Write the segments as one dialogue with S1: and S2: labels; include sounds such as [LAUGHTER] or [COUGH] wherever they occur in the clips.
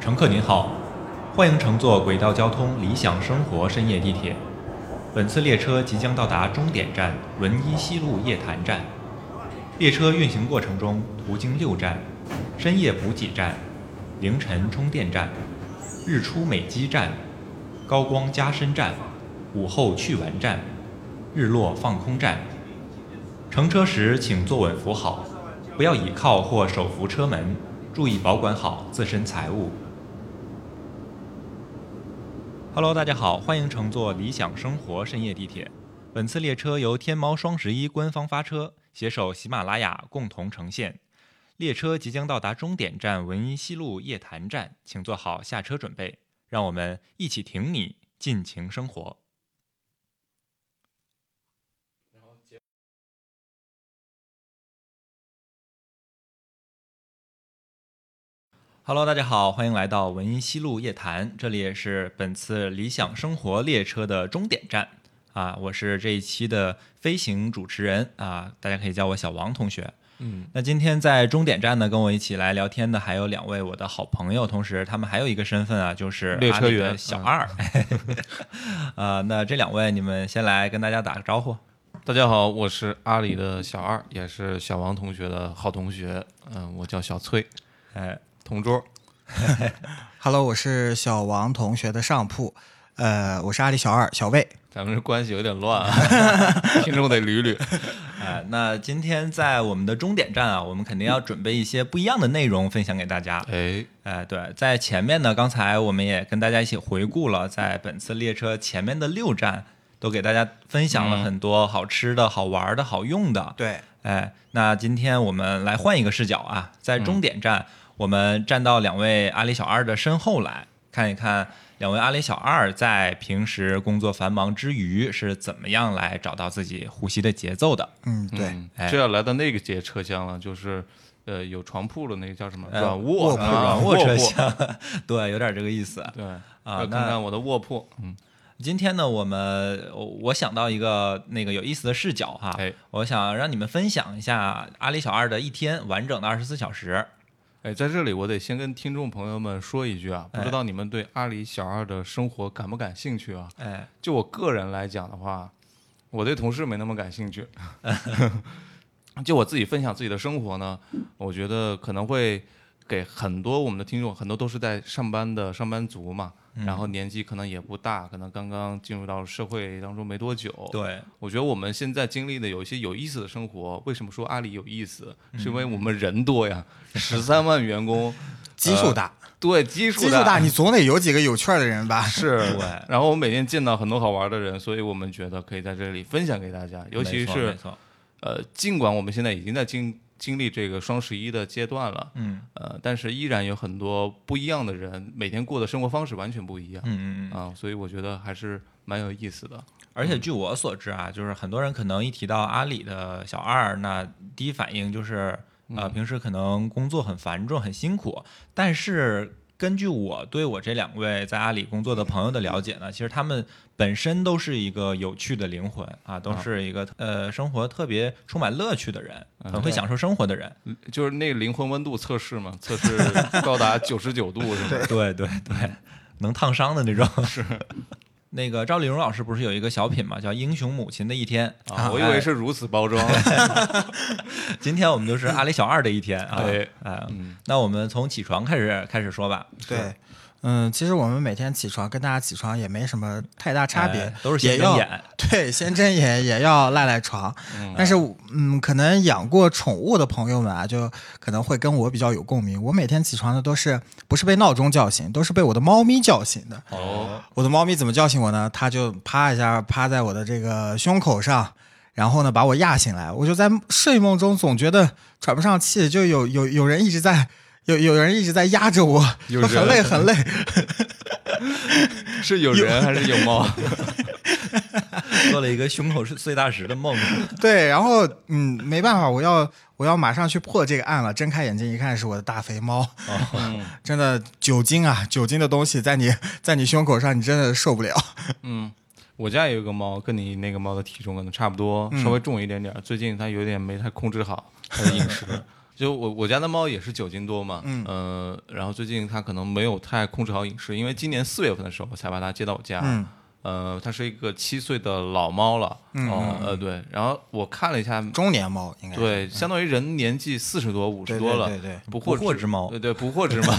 S1: 乘客您好，欢迎乘坐轨道交通理想生活深夜地铁。本次列车即将到达终点站文一西路夜潭站。列车运行过程中途经六站：深夜补给站、凌晨充电站、日出美肌站、高光加深站、午后去玩站、日落放空站。乘车时请坐稳扶好，不要倚靠或手扶车门，注意保管好自身财物。Hello，大家好，欢迎乘坐理想生活深夜地铁。本次列车由天猫双十一官方发车，携手喜马拉雅共同呈现。列车即将到达终点站文一西路夜潭站，请做好下车准备。让我们一起挺你，尽情生活。Hello，大家好，欢迎来到文音西路夜谈，这里也是本次理想生活列车的终点站啊，我是这一期的飞行主持人啊，大家可以叫我小王同学。
S2: 嗯，
S1: 那今天在终点站呢，跟我一起来聊天的还有两位我的好朋友，同时他们还有一个身份啊，就是
S2: 列车员
S1: 阿里的小二。 [LAUGHS] 啊，那这两位你们先来跟大家打个招呼。
S2: 大家好，我是阿里的小二，也是小王同学的好同学。嗯，我叫小崔，
S1: 哎，
S2: 同桌。
S3: Hello，我是小王同学的上铺，呃，我是阿里小二小魏。
S2: 咱们这关系有点乱啊，
S1: [LAUGHS]
S2: 听众得捋捋。
S1: 哎，那今天在我们的终点站啊，我们肯定要准备一些不一样的内容分享给大家。
S2: 哎，
S1: 哎，对，在前面呢，刚才我们也跟大家一起回顾了，在本次列车前面的六站，都给大家分享了
S2: 嗯
S1: 很多好吃的、好玩的、好用的。
S3: 对，
S1: 哎，那今天我们来换一个视角啊，在
S2: 嗯
S1: 终点站，我们站到两位阿里小二的身后来看一看，两位阿里小二在平时工作繁忙之余是怎么样来找到自己呼吸的节奏的。
S3: 嗯，对，
S2: 嗯
S1: 哎
S2: 这要来到那个节车厢了，就是呃有床铺的那个叫什么
S1: 呃
S2: 软
S3: 卧
S2: 卧
S3: 铺
S2: 啊
S1: 软卧
S2: 卧
S1: 车
S2: 铺。
S1: 厢， [LAUGHS] 对，有点这个意思。
S2: 对
S1: 啊
S2: 要看看我的卧铺。嗯，
S1: 今天呢，我们我我想到一个那个有意思的视角哈，
S2: 哎
S1: 我想让你们分享一下阿里小二的一天完整的二十四小时。
S2: 哎，在这里我得先跟听众朋友们说一句啊，
S1: 哎
S2: 不知道你们对阿里小二的生活感不感兴趣啊？
S1: 哎，
S2: 就我个人来讲的话，我对同事没那么感兴趣。就我自己分享自己的生活呢，我觉得可能会给很多我们的听众，很多都是在上班的上班族嘛，
S1: 嗯
S2: 然后年纪可能也不大，可能刚刚进入到社会当中没多久。
S1: 对，
S2: 我觉得我们现在经历的有一些有意思的生活，为什么说阿里有意思？是因为我们人多呀，十三万员工，
S3: 基数大，
S2: 对基数
S3: 呃基数大，你总得有几个有趣儿的人吧？
S2: [LAUGHS] 是
S1: 对
S2: 然后我每天见到很多好玩的人，所以我们觉得可以在这里分享给大家。尤
S1: 没
S2: 其
S1: 错
S2: 是
S1: 没错
S2: 呃，尽管我们现在已经在经经历这个双十一的阶段了，
S1: 嗯
S2: 呃，但是依然有很多不一样的人，每天过的生活方式完全不一样
S1: 嗯嗯嗯。
S2: 啊，所以我觉得还是蛮有意思的。
S1: 而且据我所知啊，就是很多人可能一提到阿里的小二，那第一反应就是
S2: 嗯
S1: 呃，平时可能工作很繁重、很辛苦，但是。根据我对我这两位在阿里工作的朋友的了解呢，其实他们本身都是一个有趣的灵魂啊，都是一个、呃生活特别充满乐趣的人，
S2: 嗯
S1: 很会享受生活的人。
S2: 嗯就是那个灵魂温度测试嘛，测
S1: [LAUGHS]
S2: 试到达九十九度是吗？
S1: 对对对，能烫伤的那种是。 [LAUGHS] 那个赵丽蓉老师不是有一个小品嘛，叫《英雄母亲的一天》哎
S2: 啊，我以为是如此
S1: [LAUGHS]
S2: 包装。
S1: 今天我们就是阿里小二的一天啊，
S2: 嗯对
S1: 哎
S2: 嗯
S1: 那我们从起床开始开始说吧，
S3: 对，嗯，其实我们每天起床跟大家起床也没什么太大差别，
S1: 哎都是
S3: 也
S1: 先睁
S3: 要
S1: 眼，
S3: 对，先睁眼也要赖赖床。
S1: 哎
S3: 但是，嗯，可能养过宠物的朋友们啊，就可能会跟我比较有共鸣。我每天起床的都是不是被闹钟叫醒，都是被我的猫咪叫醒的。
S2: 哦，
S3: 我的猫咪怎么叫醒我呢？它就啪一下趴在我的这个胸口上，然后呢把我压醒来。我就在睡梦中总觉得喘不上气，就有有有人一直在有有人一直在压着我，
S2: 有
S3: 就很
S2: 人
S3: 累很累。
S2: 是有人还是有猫？
S1: 做了一个胸口碎碎大石的
S2: [LAUGHS]
S1: 梦。
S3: 对，然后嗯没办法，我要我要马上去破这个案了。睁开眼睛一看是我的大肥猫，
S2: 嗯
S3: [LAUGHS] 真的酒精啊，酒精的东西在你在你胸口上，你真的受不了。
S2: 嗯，我家也有个猫，跟你那个
S3: 嗯
S2: 猫的体重可能差不多，稍微重一点点儿。最近它有点没太控制好它的饮食，就我我家的猫也是酒精多嘛，嗯呃，然后最近它可能没有太控制好饮食，因为今年四月份的时候我才把它接到我家，
S3: 嗯
S2: 呃，它是一个七岁的老猫了，
S3: 嗯
S2: 哦呃对，然后我看了一下，
S3: 中年猫应该是
S2: 对，相当于人年纪四十多、五十
S3: 对
S2: 多
S3: 对
S2: 了，
S3: 对对
S2: 不
S1: 不惑
S2: 惑
S1: 之
S3: 哦
S1: 猫
S2: 对对，不惑之猫，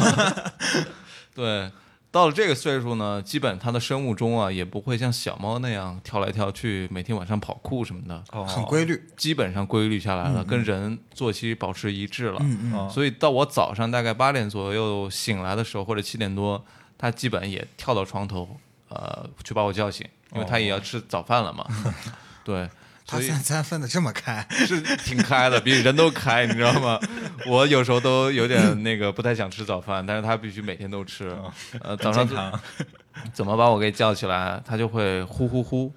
S2: [LAUGHS] 对，到了这个岁数呢，基本它的生物钟啊也不会像小猫那样跳来跳去，每天晚上跑酷什么的，
S1: 哦，
S3: 很规律，
S2: 基本上规律下来了，跟人作息保持一致了。
S3: 嗯嗯，
S1: 哦
S2: 所以到我早上大概八点左右醒来的时候，或者七点多，它基本也跳到床头，呃，去把我叫醒，因为它也要吃早饭
S3: [LAUGHS]
S2: 了嘛。对，
S3: 哦他
S2: 所以
S3: 现在分的这么开，
S2: [LAUGHS] 是挺开的，比人都开，你知道吗？我有时候都有点那个不太想吃早饭，但是他必须每天都吃。呃，早上
S1: 正常
S2: 怎么把我给叫起来，他就会呼呼呼，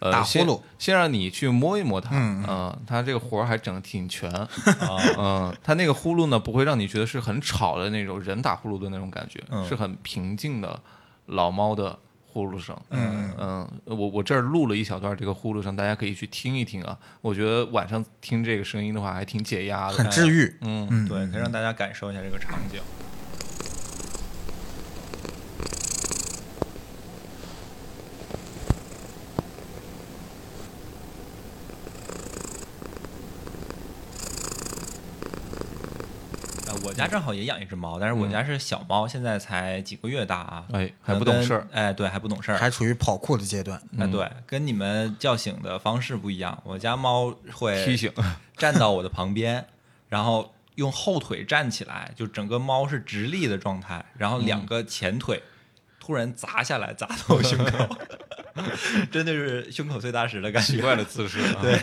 S2: 呃，
S3: 打呼
S2: 先
S3: 噜，
S2: 先让你去摸一摸它，
S3: 嗯
S2: 嗯、它这个活儿还整得挺 [LAUGHS] 全，嗯、它那个呼噜呢，不会让你觉得是很吵的那种人打呼噜的那种感觉，
S1: 嗯
S2: 是很平静的老猫的呼噜声，嗯我我这儿录了一小段这个呼噜声，大家可以去听一听啊，我觉得晚上听这个声音的话，还挺解压
S3: 很
S2: 的，
S3: 治愈。
S2: 嗯，
S3: 嗯，
S1: 对，可以让大家感受一下这个场景。呃我
S2: 嗯
S1: 家正好也养一只猫，但是我家是小猫，现在才几个月大啊，
S2: 哎，嗯还不懂事儿嗯
S1: 可能，跟哎，对，还不懂事儿，
S3: 还处于跑酷的阶段。
S1: 哎，对，跟你们叫醒的方式不一样，我家猫会
S2: 提 [LAUGHS] 醒，
S1: 站到我的旁边，然后用后腿站起来，就整个猫是直立的状态，然后
S2: 嗯
S1: 两个前腿突然砸下来，砸到我胸口， [LAUGHS] 真的是胸口碎大石的感
S2: 奇
S1: 觉。
S2: 怪嗯的姿势，啊对，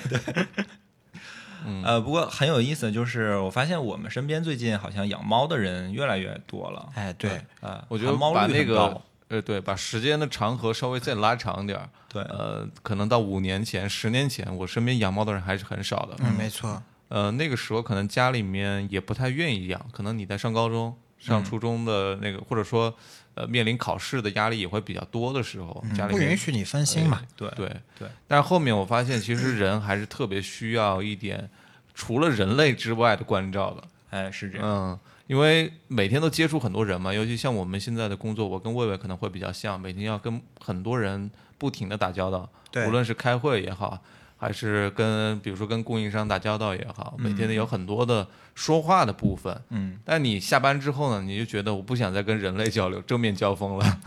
S1: 呃，不过很有意思，就是我发现我们身边最近好像养猫的人越来越多了。
S3: 哎，对，
S1: 呃，
S2: 我觉得
S1: 含猫
S2: 把
S1: 率
S2: 那
S1: 很
S2: 个
S1: 高。
S2: 呃，对，把时间的长河稍微再拉长点儿。
S1: 对
S2: 呃，可能到五年前、十年前，我身边养猫的人还是很少的。
S3: 嗯，没错，
S2: 呃，那个时候可能家里面也不太愿意养，可能你在上高中、上初中的那个，或者说呃面临考试的压力也会比较多的时候，家里
S3: 嗯不
S2: 面
S3: 允许你分心嘛。
S1: 对
S2: 对
S1: 对。
S2: 但是后面我发现，其实人还是特别需要一点除了人类之外的关照的。
S1: 哎，是这样。
S2: 嗯，因为每天都接触很多人嘛，尤其像我们现在的工作，我跟魏魏可能会比较像，每天要跟很多人不停的打交道，
S3: 对
S2: 无论是开会也好，还是跟比如说跟供应商打交道也好，每
S3: 嗯
S2: 天有很多的说话的部分。
S1: 嗯，
S2: 但你下班之后呢，你就觉得我不想再跟人类交流，正面交锋了。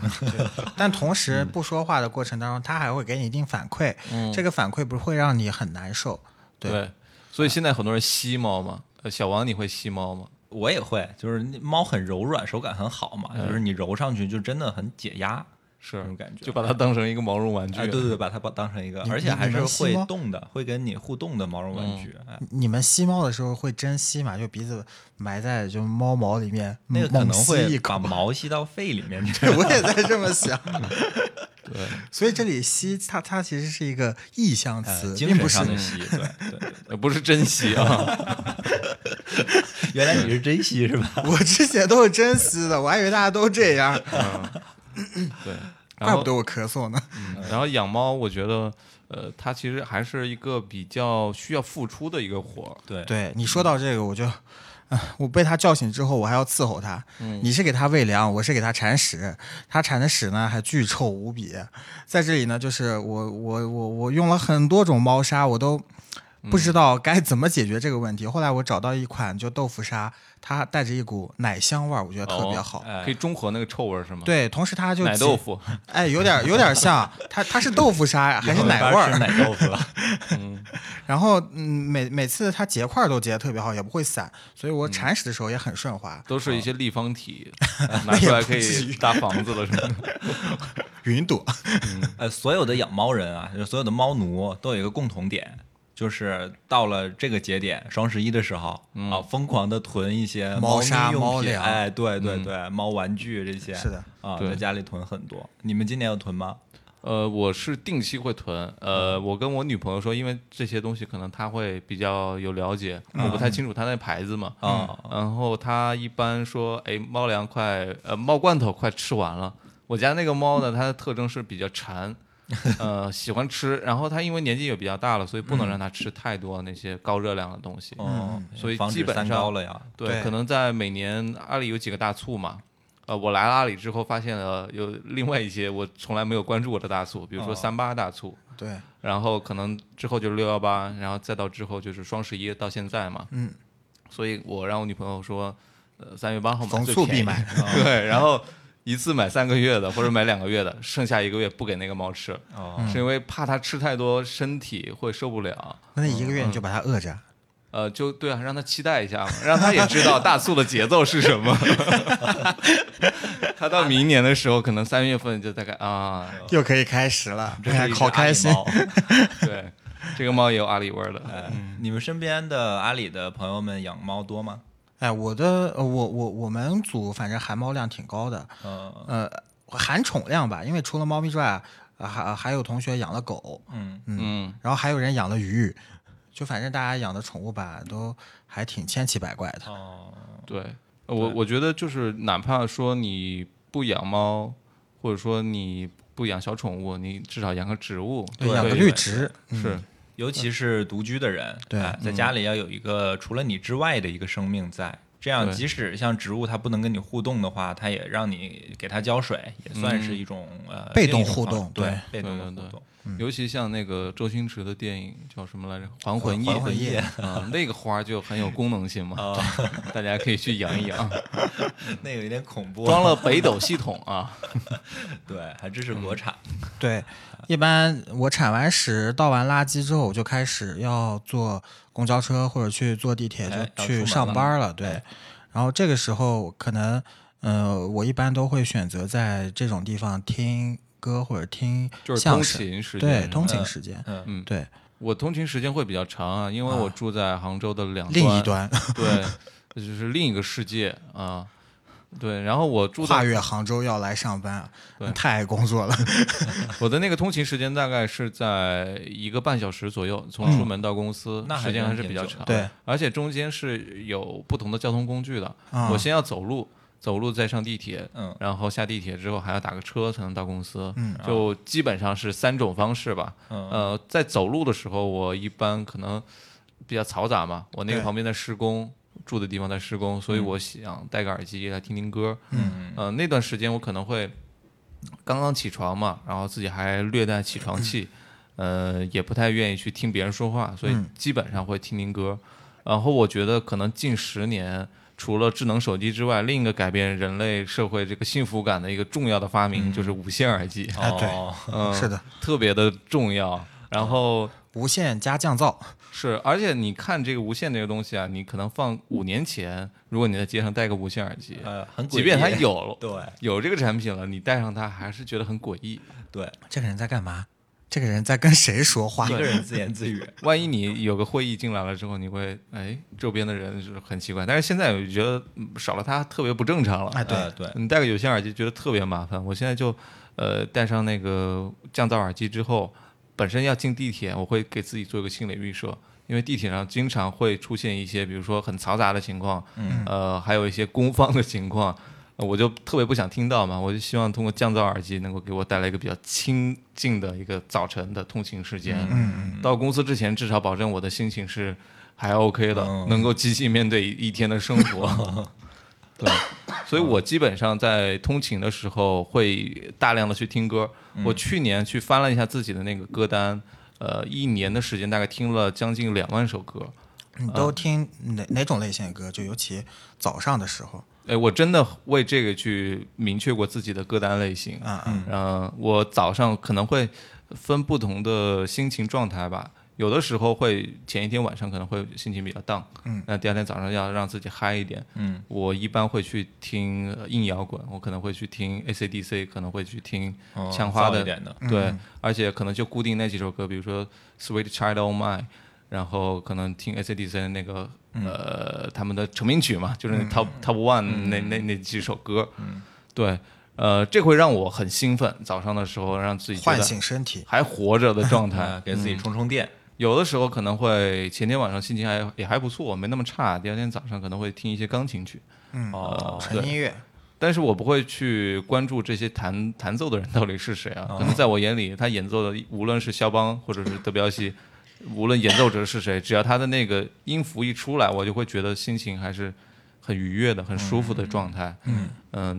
S3: 但同
S1: 嗯
S3: 时不说话的过程当中，它还会给你一定反馈，这个反馈不会让你很难受。对啊
S2: 对，所以现在很多人吸猫嘛，呃，小王你会吸猫吗？
S1: 我也会，就是那猫很柔软，手感很好嘛，就是你揉上去就真的很解压。
S2: 嗯是
S1: 这
S3: 嗯
S1: 种感觉
S2: 就把它当成一个毛绒玩具。
S3: 啊
S1: 哎，对对对，把它把当成一个，
S3: 你
S1: 而且
S3: 你
S1: 还
S3: 你
S1: 是
S3: 能吸
S1: 会
S3: 吗嗯
S1: 动的，会跟你互动的毛绒玩具。哎，
S3: 你们吸猫的时候会真吸吗？就鼻子埋在就猫毛里面，
S1: 那个可
S3: 猛
S1: 能
S3: 吸
S1: 会
S3: 一
S1: 把
S3: [LAUGHS] 口。
S1: 毛吸到肺里面去。
S3: 我也在这么
S1: [LAUGHS]
S3: 想。
S2: 对，
S3: [LAUGHS] 所以这里吸它，它其实是一个意象
S1: 呃
S3: 词，
S1: 精
S3: 并
S1: 神
S3: 不
S1: 上的
S3: 是
S1: 吸，
S3: [LAUGHS]
S1: 对对对，
S2: 呃不是珍惜啊。
S1: 原来你是真吸是吧？
S3: 我之前都是真吸的，我还以为大家都这样， [LAUGHS]
S2: 对，然
S3: 怪
S2: 后嗯
S3: 不得我咳嗽呢。
S2: 然后养猫，我觉得，呃，它其实还是一个比较需要付出的一个活儿。
S1: 对，
S3: 对你说到这个，我就，啊，我被它叫醒之后，我还要伺候它。你是给它喂粮，我是给它铲屎，它铲的屎呢还巨臭无比。在这里呢，就是我我我我用了很多种猫砂，我都。不知道该怎么解决这个问题。后来我找到一款就豆腐砂，它带着一股奶香味儿，我觉得特别
S2: 哦
S3: 好。
S1: 哎
S2: 可以中和那个臭味儿是吗？，
S3: 对，同时它就
S2: 奶
S3: 解
S2: 豆腐，
S3: 哎，有点有点像，它它是豆腐
S1: [LAUGHS]
S3: 沙呀，还是奶味
S1: 以后没法吃
S3: 儿？
S1: 奶豆
S3: [LAUGHS]
S1: 腐了。
S3: 然后嗯，每每次它结块儿都结得特别好，也不会散，所以
S4: 嗯
S3: 我铲屎的时候也很顺滑。
S2: 都是一些立方体，呃拿出来可以搭房子了是吗？
S3: 云朵，
S1: 呃，所有的养猫人啊，就是所有的猫奴都有一个共同点。就是到了这个节点，双十一的时候、啊，疯狂的囤一些
S3: 猫
S1: 咪
S3: 砂
S1: 用
S3: 猫
S1: 品
S3: 粮
S1: 哎，对对对，猫玩具这些
S3: 是的
S1: 啊，
S2: 对
S1: 在家里囤很多。你们今年有囤吗？
S2: 呃，我是定期会囤，呃，我跟我女朋友说，因为这些东西可能她会比较有了解，我不太清楚它那牌子嘛，
S1: 啊、
S2: 然后它一般说，哎，猫粮快，呃，猫罐头快吃完了。我家那个猫呢，它的特征是比较馋，呃，喜欢吃。然后他因为年纪也比较大了，所以不能让他吃太多那些高热量的东西。
S4: 哦，
S2: 所以
S4: 防
S2: 基
S4: 止
S2: 本
S4: 三
S2: 上
S4: 高了呀。
S2: 对，
S3: 对
S2: 可能在每年阿里有几个大促嘛，呃，我来了阿里之后发现了有另外一些我从来没有关注过的大促，比如
S4: 哦
S2: 说三八大促，
S3: 对，
S2: 然后可能之后就是六幺八，然后再到之后就是双十一，到现在嘛，
S3: 嗯，
S2: 所以我让我女朋友说，呃，三月八号买
S3: 逢
S2: 最
S3: 促
S2: 便
S3: 必
S2: 宜
S3: 买，
S2: [LAUGHS] 对，然后一次买三个月的或者买两个月的，剩下一个月不给那个猫吃，
S4: 哦，
S3: 嗯
S2: 是因为怕它吃太多身体会受不了。
S3: 那一个月你就把它饿着，
S2: 呃，就对啊，让他期待一下嘛，让他也知道大促的节奏是什么。 [LAUGHS] 他到明年的时候，可能三月份就大概啊，
S3: 又可以开始了，
S4: 哦 [LAUGHS] 这
S3: 哎
S4: 是
S3: 呀
S4: 一，只
S3: 好
S4: 阿
S3: 开
S4: 里
S3: 心。
S4: 猫
S2: 对，这个猫也有阿里味儿的。
S4: 哎你们身边的阿里的朋友们养猫多吗？
S3: 哎，我的呃我我我们组反正含猫量挺高的，
S4: 呃，
S3: 呃，含宠量吧，因为除了猫咪之外，呃还还有同学养了狗，
S4: 嗯，
S2: 嗯，
S3: 然后还有人养了鱼，就反正大家养的宠物吧，都还挺千奇百怪的。
S4: 哦，
S2: 对，我我觉得就是哪怕说你不养猫，或者说你不养小宠物，你至少养个植物，
S4: 对
S3: 养个嗯
S2: 对
S3: 绿植，
S2: 是
S4: 尤其是独居的人，
S3: 对
S4: 哎在家里要有一个除了你之外的一个生命在。这样，
S2: 对
S4: 即使像植物它不能跟你互动的话，它也让你给它浇水，也算是一种呃
S3: 被动
S4: 另一种
S3: 互
S4: 方式
S3: 动
S4: 对
S3: 对
S4: 被动的
S2: 对对
S4: 互动。
S3: 嗯
S2: 尤其像那个周星驰的电影叫什么来着，《还魂夜》
S3: 还魂夜 [LAUGHS] 哦
S2: 啊，那个花就很有功能性嘛，大家可以去养一养，
S4: [LAUGHS] 那个有点恐怖，
S2: [LAUGHS] 装了北斗系统
S3: [LAUGHS]
S2: 啊，
S4: 对，还真是国产。
S3: 对，一般我铲完屎、倒完垃圾之后，我就开始要坐公交车或者去坐地铁，
S4: 哎
S3: 就
S4: 要出门
S3: 去上班了。对
S4: 哎，
S3: 然后这个时候可能，呃，我一般都会选择在这种地方听歌或者听
S2: 就是通
S3: 相声。
S2: 勤时间。
S3: 对，通勤时间，
S4: 嗯，
S2: 嗯
S3: 对，
S2: 我通勤时间会比较长啊，因为我住在杭州的两
S3: 另一，端
S2: [LAUGHS] 对，就是另一个世界啊。对，然后我住
S3: 跨
S2: 在
S3: 越杭州要来上班啊
S2: 对，
S3: 太爱工作了。
S2: 我的那个通勤时间大概是在一个半小时左右，从出门到公司，
S4: 那还
S2: 时间还是
S4: 真
S2: 比较
S4: 挺久
S2: 长。
S3: 嗯对，
S2: 而且中间是有不同的交通工具的，
S3: 啊
S2: [LAUGHS] 我先要走路，走路再上地铁，
S4: 嗯
S2: 然后下地铁之后还要打个车才能到公司，
S3: 嗯
S2: 就基本上是三种方式吧。
S4: 嗯
S2: 呃，在走路的时候，我一般可能比较嘈杂嘛，我那个
S3: 对嗯
S2: 旁边在施工，住的地方在施工，所以我想戴个耳机来听听歌。
S4: 嗯
S2: 呃，那段时间我可能会刚刚起床嘛，然后自己还略带起床气，呃，也不太愿意去听别人说话，所以基本上会听听歌。然后我觉得可能近十年，除了智能手机之外，另一个改变人类社会这个幸福感的一个重要的发明就是无线耳机，
S3: 啊对
S4: 哦
S2: 嗯，
S3: 是的，
S2: 特别的重要。然后
S3: 无线加降噪，
S2: 是，而且你看这个无线这个东西啊，你可能放五年前，如果你在街上戴个无线耳机，
S4: 呃，很诡异
S2: 即便它有了，
S4: 对
S2: 有这个产品了，你戴上它还是觉得很诡异。
S4: 对，
S3: 这个人在干嘛？这个人在跟谁说话
S4: 一？个人自言自语，
S2: 万一你有个会议进来了之后，你会哎，周边的人就是很奇怪。但是现在我觉得嗯少了它特别不正常
S3: 哎，
S2: 了。
S4: 呃
S3: 对，
S4: 对，
S2: 你戴个有线耳机觉得特别麻烦。我现在就呃戴上那个降噪耳机之后，本身要进地铁，我会给自己做一个心理预设。因为地铁上经常会出现一些，比如说很嘈杂的情况，
S4: 嗯
S2: 呃，还有一些 [LAUGHS] 攻方的情况，呃我就特别不想听到嘛，我就希望通过降噪耳机能够给我带来一个比较清静的一个早晨的通勤时间。
S3: 嗯，
S2: 到公司之前，至少保证我的心情是还 OK 的，
S4: 嗯
S2: 能够积极面对一天的生活。对，所以我基本上在通勤的时候会大量的去听歌。我去年去翻了一下自己的那个歌单，呃，一年的时间大概听了将近两万首歌。啊
S3: 你都听哪哪种类型的歌？就尤其早上的时候，
S2: 哎，我真的为这个去明确过自己的歌单类型。
S3: 啊啊，
S2: 嗯，我早上可能会分不同的心情状态吧，有的时候会前一天晚上可能会心情比较 down，
S3: 嗯，
S2: 那第二天早上要让自己嗨一点。
S4: 嗯
S2: 我一般会去听呃硬摇滚，我可能会去听 AC/DC，可能会去听
S4: 哦
S2: 枪花
S4: 燥
S2: 的，
S4: 一点的嗯
S2: 对，而且可能就固定那几首歌，比如说《Sweet Child O' Mine》，然后可能听 AC/DC 的那个、
S3: 嗯
S2: 呃他们的成名曲嘛，就是那 Top、Top One
S3: 嗯
S2: 那、那那几首歌，对，呃，这会让我很兴奋，早上的时候让自己觉
S3: 唤
S2: 得
S3: 醒身体。
S2: 还活着的状态，
S3: [LAUGHS]
S4: 啊，给自己充充电，
S2: 有的时候可能会前天晚上心情还也还不错，没那么差。第二天早上可能会听一些钢琴曲，
S3: 嗯
S4: 哦
S3: 纯音乐，
S2: 但是我不会去关注这些弹弹奏的人到底是谁啊。可能在我眼里，他演奏的无论是肖邦或者是德彪西， [LAUGHS] 无论演奏者是谁，只要他的那个音符一出来，我就会觉得心情还是很愉悦的、很舒服的状态。嗯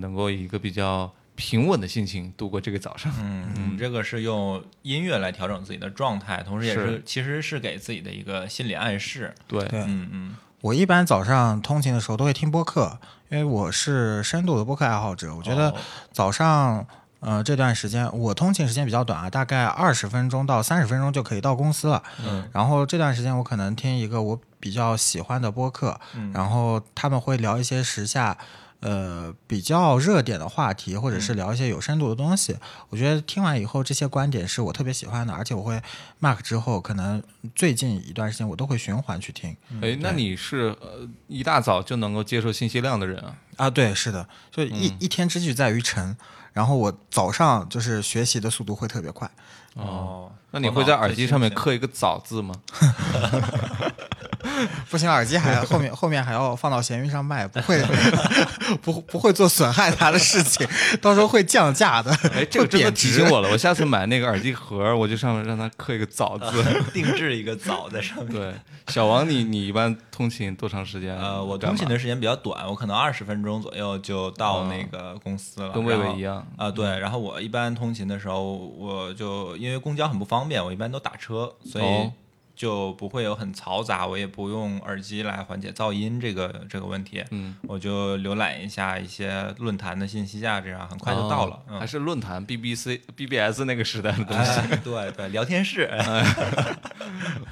S2: 能够以一个比较平稳的心情度过这个早上。
S1: 嗯，你这个是用音乐来调整自己的状态，同时也是
S2: 是
S1: 其实是给自己的一个心理暗示。
S2: 对，
S3: 对
S1: 嗯嗯，
S3: 我一般早上通勤的时候都会听播客，因为我是深度的播客爱好者。我觉得
S1: 哦
S3: 早上，呃，这段时间我通勤时间比较短啊，大概二十分钟到三十分钟就可以到公司了。
S1: 嗯，
S3: 然后这段时间我可能听一个我比较喜欢的播客，
S1: 嗯
S3: 然后他们会聊一些时下。呃，比较热点的话题，或者
S2: 嗯
S3: 是聊一些有深度的东西，我觉得听完以后，这些观点是我特别喜欢的，而且我会 mark 之后，可能最近一段时间我都会循环去听。
S2: 哎，那你是呃一大早就能够接受信息量的人啊？
S3: 啊，对，是的，就一、
S2: 嗯
S3: 一天之计在于晨，然后我早上就是学习的速度会特别快，
S1: 哦，
S2: 那你会在
S1: 头脑
S2: 耳机上面
S1: 最清醒
S2: 刻一个“早”字 [LAUGHS] 吗？
S3: 不行，耳机
S2: [LAUGHS]
S3: 还后面后面还要放到闲鱼上卖，不会 [LAUGHS] 不不会做损害它的事情，到时候会降价的。
S2: 哎，这个真的
S3: 贬
S2: 提
S3: 值
S2: 醒我了，我下次买那个耳机盒儿，我就上面让它刻一个“早”字。
S1: [LAUGHS] 定制一个早在上 [LAUGHS] 面。
S2: 对，小王你，你一般通勤多长时间？
S1: 呃，我
S2: 嗯干
S1: 通勤
S2: 嘛嗯
S1: 的时间比较短，我可能二十分钟左右就到那个公司了，
S2: 跟魏
S1: 然
S2: 魏
S1: 后
S2: 一样嗯
S1: 啊、对。然后我一般通勤的时候，我就因为公交很不方便，我一般都打车，所以
S2: 哦
S1: 就不会有很嘈杂，我也不用耳机来缓解噪音这个这个问题。
S2: 嗯，
S1: 我就浏览一下一些论坛的信息啊，这样很快就到了。
S2: 哦
S1: 嗯，
S2: 还是论坛 BBC、BBS 那个时代的
S1: [LAUGHS]
S2: 东西。
S1: 哎对对，聊天室。
S2: 嗯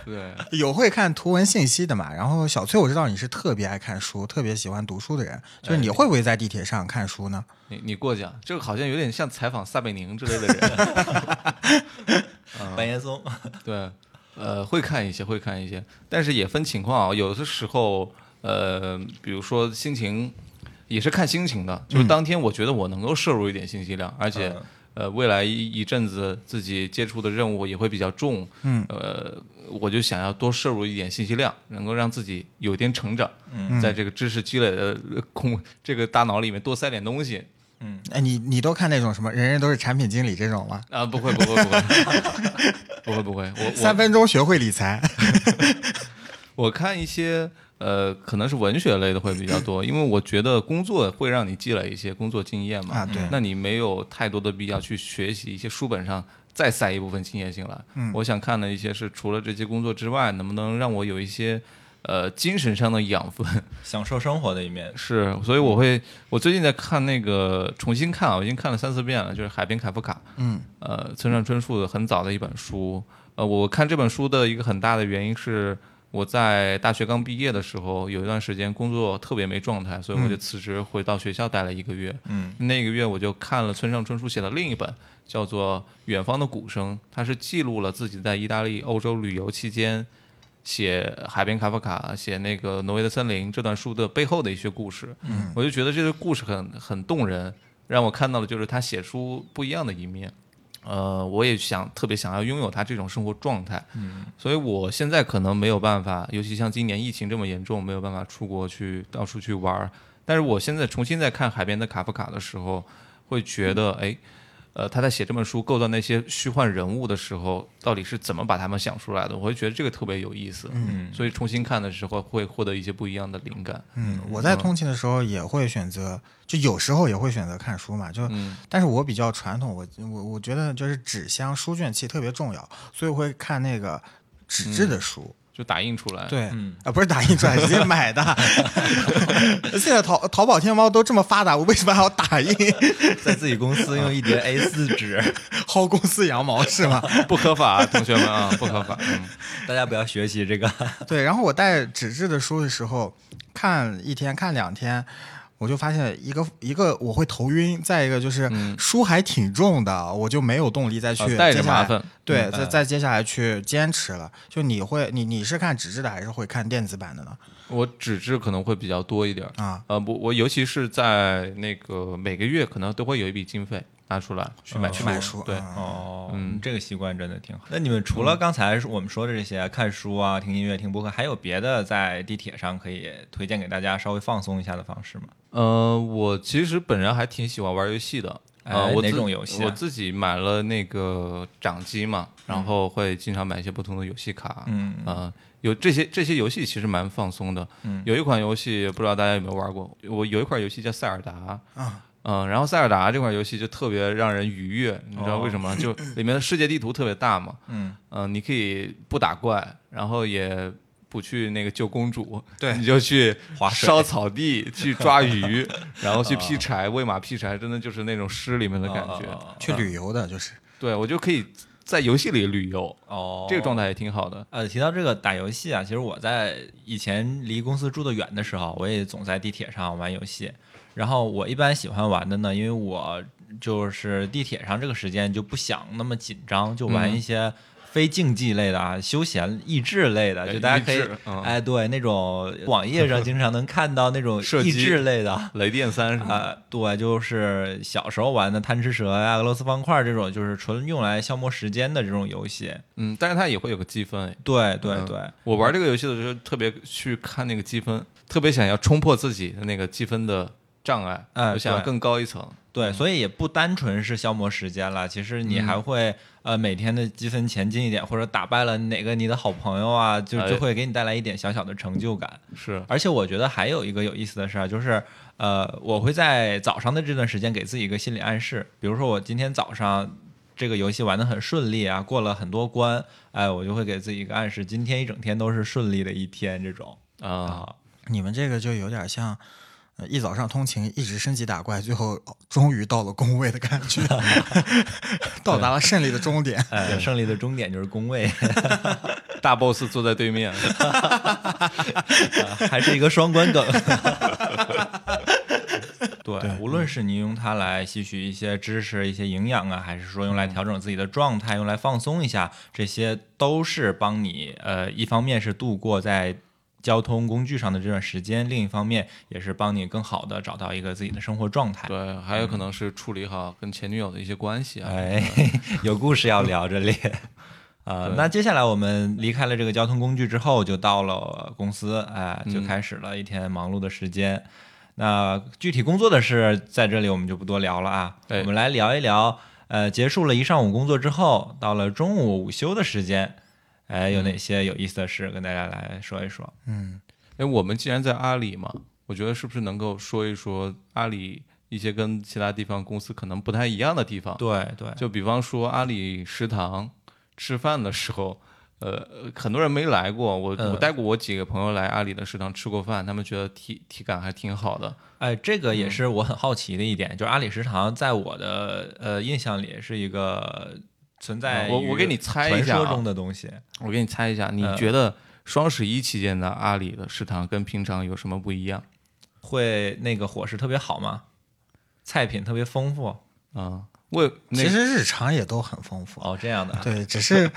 S2: 对，
S3: 有会看图文信息的嘛？然后小崔，我知道你是特别爱看书，特别喜欢读书的人，就是你会不会在地铁上看书呢？
S2: 你你过奖，这个好像有点像采访撒贝宁之类的人。嗯
S1: 白岩松，
S2: 对，呃，会看一些，会看一些，但是也分情况啊。有的时候，呃，比如说心情，也是看心情的。就是当天我觉得我能够摄入一点信息量，而且
S1: 嗯
S2: 呃，未来一一阵子自己接触的任务也会比较重，
S3: 嗯，
S2: 呃，我就想要多摄入一点信息量，能够让自己有一点成长，
S1: 嗯
S2: 在这个知识积累的呃空这个大脑里面多塞点东西。
S3: 哎，你你都看那种什么人人都是产品经理这种吗？
S2: 啊，不会不会不会，
S1: [LAUGHS]
S2: 不会不会，我我
S3: 三分钟学会理财，
S2: 我看一些呃，可能是文学类的会比较
S3: [CLEARS THROAT]
S2: 多，因为我觉得工作会让你积累一些工作经验嘛。
S3: 啊对
S2: 那你没有太多的必要去学习一些书本上再塞一部分经验进来。嗯，我想看的一些是除了这些工作之外，能不能让我有一些呃精神上的养分？
S1: [LAUGHS] 享受生活的一面。
S2: 是，所以我会，我最近在看那个重新看啊，我已经看了三四遍了，就是《海边卡夫卡》。
S3: 嗯，
S2: 呃，村上春树的很早的一本书。呃，我看这本书的一个很大的原因是，我在大学刚毕业的时候，有一段时间工作特别没状态，所以我就辞职回到学校待了一个月。
S1: 嗯，
S2: 那个月我就看了村上春树写的另一本，叫做《远方的鼓声》，它是记录了自己在意大利、欧洲旅游期间。写海边卡夫卡、写那个挪威的森林这段书的背后的一些故事，嗯，我就觉得这个故事很很动人，让我看到的就是他写书不一样的一面。呃，我也想特别想要拥有他这种生活状态，嗯，所以我现在可能没有办法，尤其像今年疫情这么严重，没有办法出国去到处去玩儿。但是我现在重新在看海边的卡夫卡的时候，会觉得，哎，呃，他在写这本书构造那些虚幻人物的时候，到底是怎么把他们想出来的？我会觉得这个特别有意思，嗯，所以重新看的时候会获得一些不一样的灵感，
S3: 嗯，我在通勤的时候也会选择，就有时候也会选择看书嘛，就，但是我比较传统，我我我觉得就是纸箱书卷气特别重要，所以我会看那个纸质的书。
S2: 就打印出来。
S3: 对，啊，不是打印出来，直接买 [LAUGHS] 的。现在淘淘宝、天猫都这么发达，我为什么还要打印？
S1: 在自己公司用一叠 A 4纸， [LAUGHS]
S3: 薅公司羊毛是
S2: [LAUGHS]
S3: 吗？
S2: 不合法，同学们啊，不合法。嗯，
S1: 大家不要学习这个。
S3: 对，然后我带纸质的书的时候，看一天看两天，我就发现一个一个我会头晕，再一个就是书还挺重的，我就没有动力再去
S2: 啊嗯带着
S3: 接下来
S2: 麻烦嗯
S3: 对，再再接下来去坚持了。就你会你你是看纸质的还是会看电子版的呢？
S2: 我纸质可能会比较多一点儿
S3: 啊，
S2: 呃，我我尤其是在那个每个月可能都会有一笔经费，拿出来
S4: 去买
S3: 去
S4: 去
S3: 买书，
S2: 对
S3: 嗯
S1: 哦，
S2: 嗯
S1: 这个习惯真的挺好。那你们除了刚才我们说的这些，看书啊、听音乐、听播客，还有别的在地铁上可以推荐给大家稍微放松一下的方式吗？
S2: 呃，我其实本人还挺喜欢玩游戏的。呃，
S1: 哎
S2: 我
S1: 哪
S2: 自
S1: 种游戏啊
S2: 我自己买了那个掌机嘛，然后会经常买一些不同的游戏卡。
S1: 嗯
S2: 呃，有这些这些游戏其实蛮放松的。
S1: 嗯
S2: 有一款游戏不知道大家有没有玩过，我有一款游戏叫塞尔达。
S3: 啊
S2: 嗯、然后塞尔达这款游戏就特别让人愉悦，你知道为什么？就里面的世界地图特别大嘛，
S1: 哦嗯，
S2: 嗯、你可以不打怪，然后也不去那个救公主，
S3: 对
S2: 你就去
S1: 划水
S2: 烧草地、去抓鱼，
S1: [LAUGHS]
S2: 然后去劈柴、喂马劈柴，真的就是那种诗里面的感觉。
S1: 哦
S3: 去旅游的就是
S2: 对我就可以在游戏里旅游，
S1: 哦，
S2: 这个状态也挺好的。
S1: 呃，提到这个打游戏啊，其实我在以前离公司住得远的时候，我也总在地铁上玩游戏。然后我一般喜欢玩的呢，因为我就是地铁上这个时间就不想那么紧张，就玩
S2: 嗯
S1: 一些非竞技类的啊，休闲益智类的，
S2: 哎
S1: 就大家可
S2: 益
S1: 以
S2: 智，嗯
S1: 哎，对，那种网页上经常能看到那种
S2: 射
S1: 益
S2: 击
S1: 智类的，
S2: 雷电三
S1: [LAUGHS]
S2: 什么的，
S1: 啊，对，就是小时候玩的贪吃蛇呀、俄罗斯方块这种，就是纯用来消磨时间的这种游戏。
S2: 嗯，但是它也会有个积分。哎
S1: 对对
S2: 嗯
S1: 对，
S2: 我玩这个游戏的时候，特别去看那个积分，特别想要冲破自己的那个积分的障碍，
S1: 哎
S2: 我想要
S1: 对
S2: 更高一层。
S1: 对，所以也不单纯是消磨时间了，其实你
S2: 嗯
S1: 还会、呃每天的积分前进一点，或者打败了哪个你的好朋友啊，就
S2: 哎
S1: 就会给你带来一点小小的成就感。
S2: 是，
S1: 而且我觉得还有一个有意思的事儿，就是呃，我会在早上的这段时间给自己一个心理暗示，比如说我今天早上这个游戏玩得很顺利啊，过了很多关，哎，我就会给自己一个暗示，今天一整天都是顺利的一天这种
S2: 啊，
S1: 啊。
S3: 你们这个就有点像。呃一早上通勤，一直升级打怪，最后哦终于到了工位的感
S2: [LAUGHS]
S3: 觉，到达了胜利的终点。
S1: 哎，胜利的终点就是工位，
S2: 大 boss 坐在对 [LAUGHS] 面，
S1: 还是一个双关梗。对，无论是你用它来吸取一些知识、一些营养啊，还是说用来调整自己的状态、用来放松一下，这些都是帮你呃，一方面是度过在交通工具上的这段时间，另一方面也是帮你更好的找到一个自己的生活状态。
S2: 对，还有可能是处理好跟前女友的一些关系啊。
S1: 哎， [LAUGHS] 有故事要聊这里。啊、
S2: 对
S1: 那接下来我们离开了这个交通工具之后，就到了公司，哎、就
S2: 嗯
S1: 开始了一天忙碌的时间。那具体工作的事，在这里我们就不多聊了啊。
S2: 对
S1: 我们来聊一聊，呃，结束了一上午工作之后，到了中午午休的时间，哎，
S2: 嗯
S1: 有哪些有意思的事跟大家来说一说？
S3: 嗯，
S2: 哎，我们既然在阿里嘛，我觉得是不是能够说一说阿里一些跟其他地方公司可能不太一样的地方？
S1: 对对，
S2: 就比方说阿里食堂吃饭的时候，呃，很多人没来过，我、
S3: 嗯
S2: 我带过我几个朋友来阿里的食堂吃过饭，他们觉得体体感还挺好的。
S1: 哎，这个
S2: 嗯
S1: 也是我很好奇的一点，就是阿里食堂在我的呃印象里是一个存在
S2: 嗯我
S1: 于
S2: 我给你猜一下
S1: 传说
S2: 啊
S1: 中的东西。
S2: 我给你猜一下，你
S3: 嗯
S1: 呃
S2: 觉得双十一期间的阿里的食堂跟平常有什么不一样？
S1: 会那个伙食特别好吗？菜品特别丰富
S2: 啊、为那
S3: 其实日常也都很丰富。
S1: 哦，这样的啊
S3: 对，只是，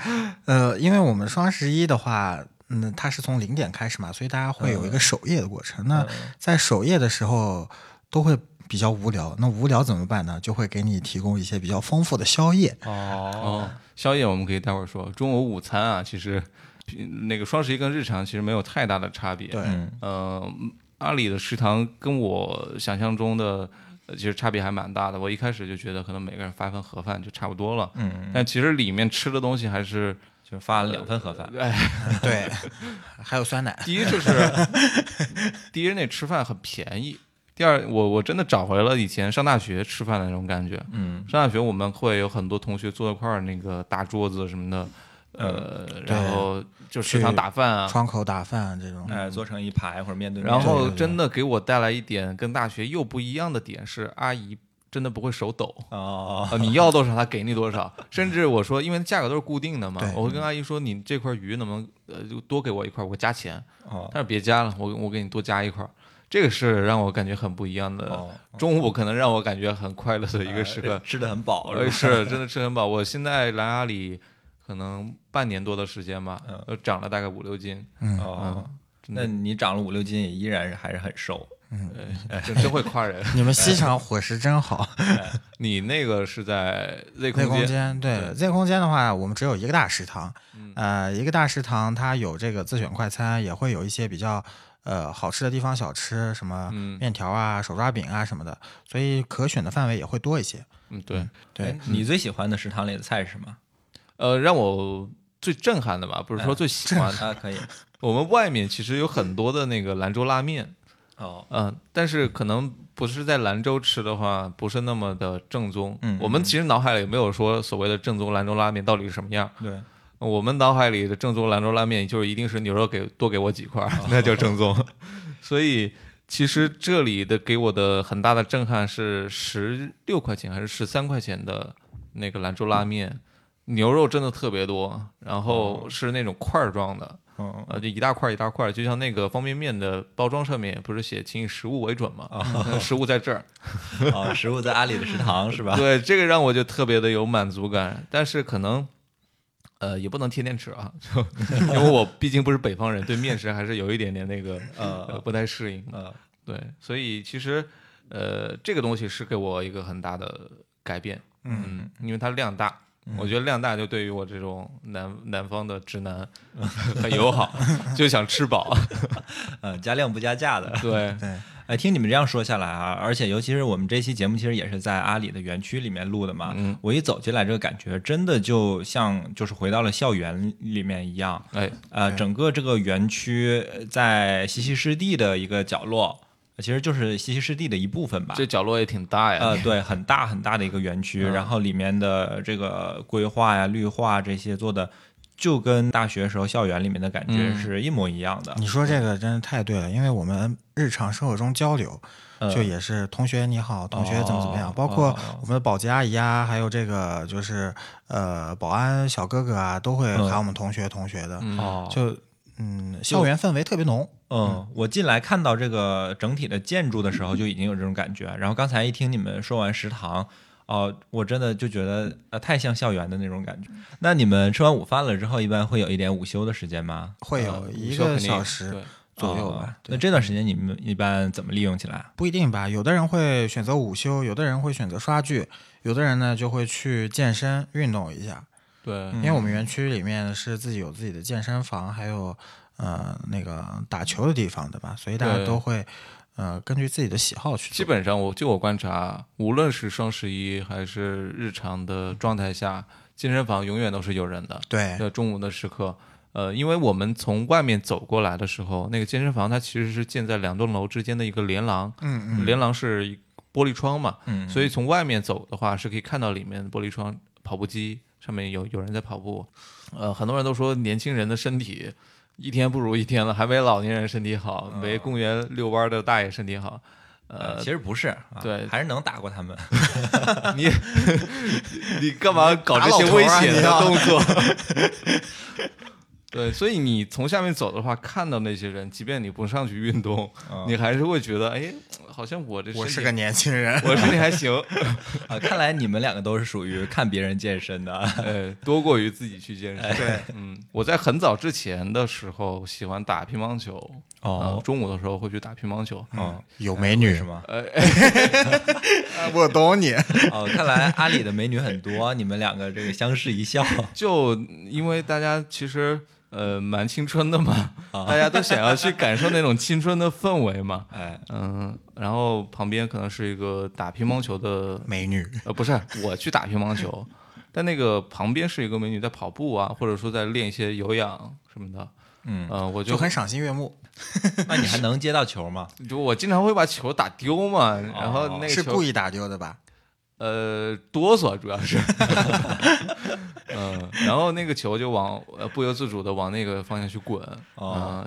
S3: 呃，因为我们双十一的话，嗯，它是从零点开始嘛，所以大家会有一个守夜的过程。那在守夜的时候，都会比较无聊。那无聊怎么办呢？就会给你提供一些比较丰富的宵夜。
S1: 哦，
S2: [LAUGHS] 哦，宵夜我们可以待会儿说。中午午餐啊，其实嗯那个双十一跟日常其实没有太大的差别。
S3: 对，
S1: 嗯
S2: 呃，阿里的食堂跟我想象中的呃其实差别还蛮大的。我一开始就觉得可能每个人发一份盒饭就差不多了，
S1: 嗯，
S2: 但其实里面吃的东西还是，
S1: 就发了两份盒饭，
S2: 哎，
S3: [LAUGHS] 对，还有酸奶。
S2: 第一就是
S1: [LAUGHS]
S2: 第一那吃饭很便宜，第二我我真的找回了以前上大学吃饭的那种感觉。
S1: 嗯，
S2: 上大学我们会有很多同学坐一块儿，那个大桌子什么的，呃，
S1: 嗯
S2: 然后就食堂
S3: 去
S2: 打饭啊，
S3: 窗口打饭这种，
S1: 哎，做成一排或者面对面，
S2: 嗯然后真的给我带来一点跟大学又不一样的点是，阿姨真的不会手抖。
S1: 哦，
S2: 啊，你要多少她给你多
S1: [LAUGHS]
S2: 少，甚至我说，因为价格都是固定的嘛
S3: 对，
S2: 我会
S1: 嗯
S2: 跟阿姨说，你这块鱼能不能呃就多给我一块，我加钱，
S1: 哦
S2: 但是别加了，我我给你多加一块，这个是让我感觉很不一样的。
S1: 哦，
S2: 中午可能让我感觉很快乐的一呃个时
S1: 呃
S2: 刻，
S1: 吃的很饱，
S2: 呃，
S1: 是吧
S2: 是真的吃很饱。我现在来阿里可能半年多的时间吧
S1: 嗯，
S2: 呃，长了大概五六斤。
S3: 嗯，
S1: 哦，
S2: 嗯
S1: 那你长了五六斤，也依然还是很瘦，
S2: 呃真真会夸人。
S3: 你们西厂 [LAUGHS] 伙食真好。
S2: 你那个是在 Z
S3: Z 空
S2: 间，
S3: 间对
S2: 对
S3: Z 空间的话，我们只有一个大食堂，呃，一个大食堂它有这个自选快餐，也会有一些比较呃好吃的地方小吃，什么
S2: 嗯
S3: 面条啊、手抓饼啊什么的，所以可选的范围也会多一些。
S2: 嗯，对，嗯
S3: 对
S1: 哎，你最喜欢的食堂里的菜是什么？
S2: 呃，让我最震撼的吧，不是说最喜欢的。
S1: 啊，可以。
S2: 我们外面其实有很多的那个兰州拉面， [LAUGHS]
S1: 哦，
S2: 嗯、但是可能不是在兰州吃的话，不是那么的正宗。
S1: 嗯
S2: 我们其实脑海里没有说所谓的正宗兰州拉面到底是什么样。
S1: 对，
S2: 我们脑海里的正宗兰州拉面就是一定是牛肉给多给我几块儿，那叫正宗。 [LAUGHS] 所以其实这里的给我的很大的震撼是十六块钱还是十三块钱的那个兰州拉面，牛肉真的特别多，然后是那种块儿装的，
S1: 哦，
S2: 呃，就一大块儿一大块儿，就像那个方便面的包装上面不是写“请以食物为准”吗？ [LAUGHS] 那食物在这儿，
S1: 哦，食物在阿里的食堂是吧？
S2: [LAUGHS] 对，这个让我就特别的有满足感，但是可能。呃，也不能天天吃啊，就因为我毕竟不是北方人，对面食还是有一点点那个呃
S1: 呃
S2: 不太适应。
S1: 呃，
S2: 对，所以其实呃这个东西是给我一个很大的改变，嗯，因为它量大，
S3: 嗯
S2: 我觉得量大就对于我这种南南方的直
S3: [LAUGHS]
S2: 男很友好，就想吃饱。
S1: 呃，加量不加价的。
S3: [LAUGHS]
S2: 对，
S3: 对，
S1: 哎，听你们这样说下来啊，而且尤其是我们这期节目，其实也是在阿里的园区里面录的嘛。
S2: 嗯
S1: 我一走进来，这个感觉真的就像就是回到了校园里面一样。
S3: [LAUGHS]
S2: 哎，
S1: 呃，
S3: 对
S1: 整个这个园区呃在西溪湿地的一个角落，呃其实就是西溪湿地的一部分吧。
S2: 这角落也挺大呀。
S1: 呃，对，很大很大的一个园区，
S2: 嗯
S1: 然后里面的这个规划呀、绿化这些做的，就跟大学时候校园里面的感觉
S2: 嗯
S1: 是一模一样的。
S3: 你说这个真是太对了，因为我们日常生活中交流，
S1: 呃
S3: 就也是同学你好，同学怎么怎么样
S1: 哦，
S3: 包括
S1: 哦
S3: 我们的保洁阿姨啊，还有这个就是呃保安小哥哥啊，都会
S1: 嗯
S3: 喊我们同学同学的，
S2: 嗯
S1: 哦，
S3: 就嗯校园氛围特别浓。
S1: 嗯，我进来看到这个整体的建筑的时候，就已经有这种感觉。然后刚才一听你们说完食堂，哦、我真的就觉得呃太像校园的那种感觉。那你们吃完午饭了之后，一般会有一点午休的时间吗？
S3: 会有
S2: 呃
S3: 一
S2: 午休
S3: 个
S2: 肯定
S3: 小时
S2: 对
S3: 左右吧
S1: 哦。那这段时间你们一般怎么利用起来？
S3: 不一定吧，有的人会选择午休，有的人会选择刷剧，有的人呢就会去健身运动一下。
S2: 对
S3: 因为我们园区里面是自己有自己的健身房，还有呃那个打球的地方，对吧？所以大家
S2: 对
S3: 都会呃根据自己的喜好去做。
S2: 基本上我就我观察，无论是双十一还是日常的状态下，健身房永远都是有人的。
S3: 对
S2: 在中午的时刻，呃，因为我们从外面走过来的时候，那个健身房它其实是建在两栋楼之间的一个连廊，
S3: 嗯嗯
S2: 连廊是一玻璃窗嘛，
S1: 嗯
S2: 所以从外面走的话是可以看到里面的玻璃窗跑步机上面有有人在跑步，呃，很多人都说年轻人的身体一天不如一天了，还没老年人身体好，没公园遛弯的大爷身体好。
S1: 呃，
S2: 呃
S1: 其，实不是，啊、
S2: 对
S1: 还是能打过他们。
S2: [LAUGHS] 你你干嘛搞这
S3: 打老
S2: 些
S3: 头
S2: 危
S3: 啊
S2: 险
S3: 你
S2: 的
S3: 要
S2: 动作？ [LAUGHS] 对，所以你从下面走的话，看到那些人，即便你不上去运动，你还是会觉得，哎，好像啊我这身体
S3: 我是个年
S2: [LAUGHS]
S3: 轻人，
S2: 我身体还行，
S1: 啊，看来你们两个都是属于看别人健身的。
S2: 呃，多过于自己去健身。对，嗯，我在很早之前的时候喜欢打乒乓球，
S1: 哦
S2: 呃中午的时候会去打乒乓球，
S1: 哦，
S3: 有美女
S1: 是？吗？
S2: 呃
S3: [LAUGHS] 我
S2: [LAUGHS]
S3: 懂你。
S1: 哦，看来阿里的美女很多，你们两个这个相视一笑。
S2: 就因为大家其实呃蛮青春的嘛，大家都想要去感受那种青春的氛围嘛。
S1: 哎，
S2: 嗯，然后旁边可能是一个打乒乓球的，
S3: 美女，
S2: 呃，不是我去打乒乓球，但那个旁边是一个美女在跑步啊，或者说在练一些有氧什么的。
S1: 嗯
S2: 呃，我
S3: 就很赏心悦目，
S1: 那你还能接到球吗？
S2: 就我经常会把球打丢嘛，然后那个
S3: 哦是
S2: 球
S3: 故意打丢的吧？
S2: 呃哆嗦，主要是， [LAUGHS] 嗯、然后那个球就往呃不由自主的往那个方向去滚，啊、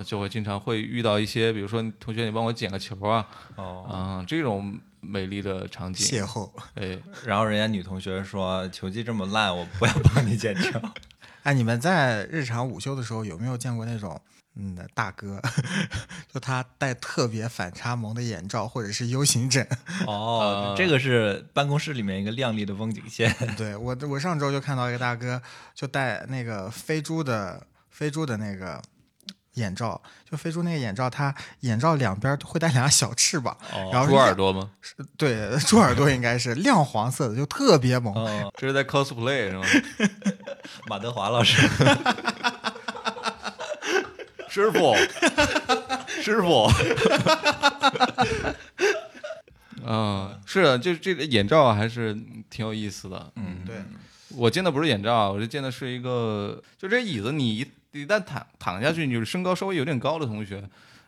S1: 哦
S2: 就会经常会遇到一些，比如说你同学你帮我捡个球啊，
S1: 哦，
S2: 啊、这种美丽的场
S3: 邂
S2: 景，
S3: 逅。
S2: 哎，
S1: 然后人家女同学说球技这么烂，我不要帮你捡球。
S3: 哎，你们在日常午休的时候有没有见过那种嗯大哥， [LAUGHS] 就他戴特别反差萌的眼罩或者是 U
S2: [LAUGHS]
S3: 型枕？
S1: [LAUGHS] 哦，这个是办公室里面一个亮丽的风景线。
S3: 对我，我上周就看到一个大哥就戴那个飞猪的飞猪的那个眼罩，就飞猪那个眼罩，它眼罩两边会带俩小翅膀，
S1: 哦
S3: 然后是
S2: 猪耳朵吗？
S3: 亮，对，猪耳朵应该是亮黄色的，就特别萌。
S1: 哦，
S2: 这是在 cosplay 是吗？ [LAUGHS]
S1: 马德华老师，
S2: 师傅，师傅，嗯，是的，就这个眼罩还是挺有意思的。
S1: 嗯，
S3: 对，
S2: 我见的不是眼罩啊，我就见的是一个，就这椅子，你一一旦躺躺下去，你就是身高稍微有点高的同学，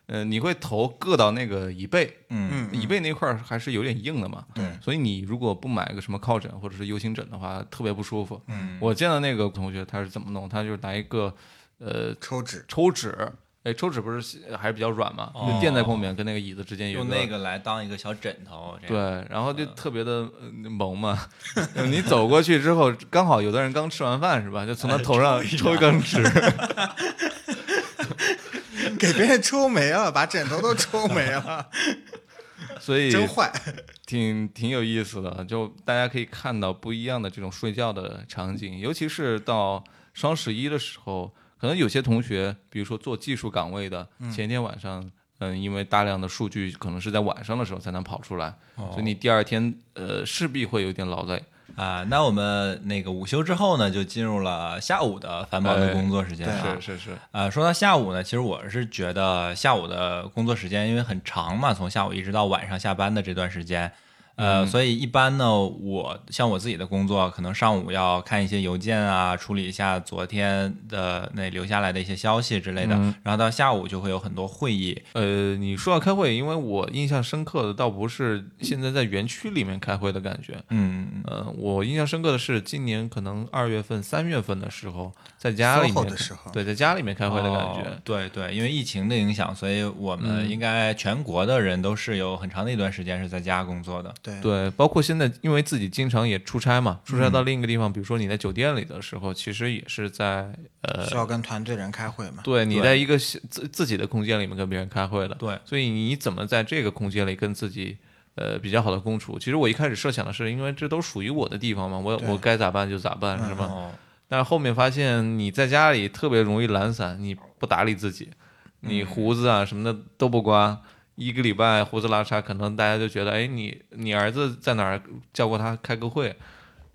S2: 呃，你会头硌到那个椅背，
S1: 嗯
S3: 嗯，
S2: 椅背那块儿还是有点硬的嘛。
S1: 对
S2: 所以你如果不买个什么靠枕或者是 U 型枕的话，特别不舒服。
S1: 嗯，
S2: 我见到那个同学他是怎么弄，他就是拿一个呃
S3: 抽纸， [LAUGHS]
S2: 抽纸，哎，抽纸不是还是比较软嘛，
S1: 哦
S2: 就垫在后面，跟那个椅子之间有一
S1: 用那个嗯来当一个小枕头，这
S2: 对
S1: 样，，
S2: 然后就特别的呃萌嘛。 [LAUGHS] 你走过去之后，刚好有的人刚吃完饭是吧？就从他头
S1: 哎
S2: 上抽一根纸，
S1: [LAUGHS]
S3: 给别人抽没了，把枕头都抽没
S2: [LAUGHS]
S3: 了，
S2: 所以
S3: 真坏。
S2: 挺挺有意思的。就大家可以看到不一样的这种睡觉的场景，尤其是到双十一的时候，可能有些同学，比如说做技术岗位的，前一天晚上。嗯，因为大量的数据可能是在晚上的时候才能跑出来，
S1: 哦
S2: 所以你第二天呃势必会有点劳累。
S1: 啊，那我们那个午休之后呢，就进入了下午的繁忙的
S2: 哎
S1: 工作时间了。
S2: 是是是，
S1: 呃，说到下午呢，其实我是觉得下午的工作时间因为很长嘛，从下午一直到晚上下班的这段时间，呃，
S2: 嗯
S1: 所以一般呢，我像我自己的工作，可能上午要看一些邮件啊，处理一下昨天的那留下来的一些消息之类的，
S2: 嗯
S1: 然后到下午就会有很多会议，
S2: 呃，你说到开会，因为我印象深刻的倒不是现在在园区里面开会的感觉，
S1: 嗯，
S2: 呃，我印象深刻的是今年可能二月份、三月份的时候，在家里
S3: SOHO
S2: 面
S3: 的时候
S2: 对，在家里面开会的感
S1: 哦
S2: 觉。
S1: 对对，因为疫情的影响，所以我们
S2: 嗯
S1: 应该全国的人都是有很长的一段时间是在家工作的，
S3: 对
S2: 对，包括现在，因为自己经常也出差嘛，出差到另一个地方，比如说你在酒店里的时候，其实也是在呃
S3: 需，要跟团队人开会嘛？
S2: 对你
S1: 对
S2: 在一个小自自己的空间里面跟别人开会的，
S1: 对，
S2: 所以你怎么在这个空间里跟自己呃比较好的共处？其实我一开始设想的是，因为这都属于我的地方嘛，我
S3: 对
S2: 我该咋办就咋办，是吧？
S1: 哦， [LAUGHS]
S2: 但是后面发现你在家里特别容易懒散，你不打理自己，
S1: 嗯
S2: 你胡子啊什么的都不刮。一个礼拜胡子拉碴，可能大家就觉得，哎，你你儿子在哪儿叫过他开个会，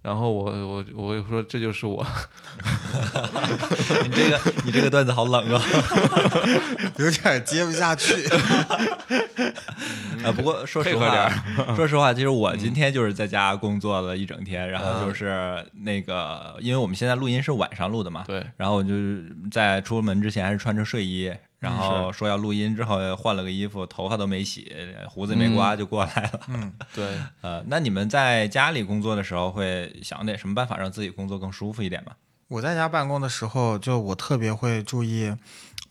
S2: 然后我我我就说这就是我，
S1: 你这个你这个段子好冷啊。
S3: 有点接不下去。 [LAUGHS]
S1: 啊，不
S2: [LAUGHS]
S1: 过说实
S2: 嗯配合点 [LAUGHS] 嗯
S1: 话， [LAUGHS] 说实话，其实我今天就是在家工作了一整天，然后就是那个，因为我们现在录音是晚上录的嘛，
S2: 对，
S1: 然后我就是在出门之前还是穿着睡衣，然
S2: 嗯
S1: 后说要录音之后换了个衣服，头发都没洗，胡子也没刮就过来了。
S3: 嗯，
S2: 对，
S1: [LAUGHS] 呃，那你们在家里工作的时候会想点什么办法让自己工作更舒服一点吗？
S3: 我在家办公的时候，就我特别会注意，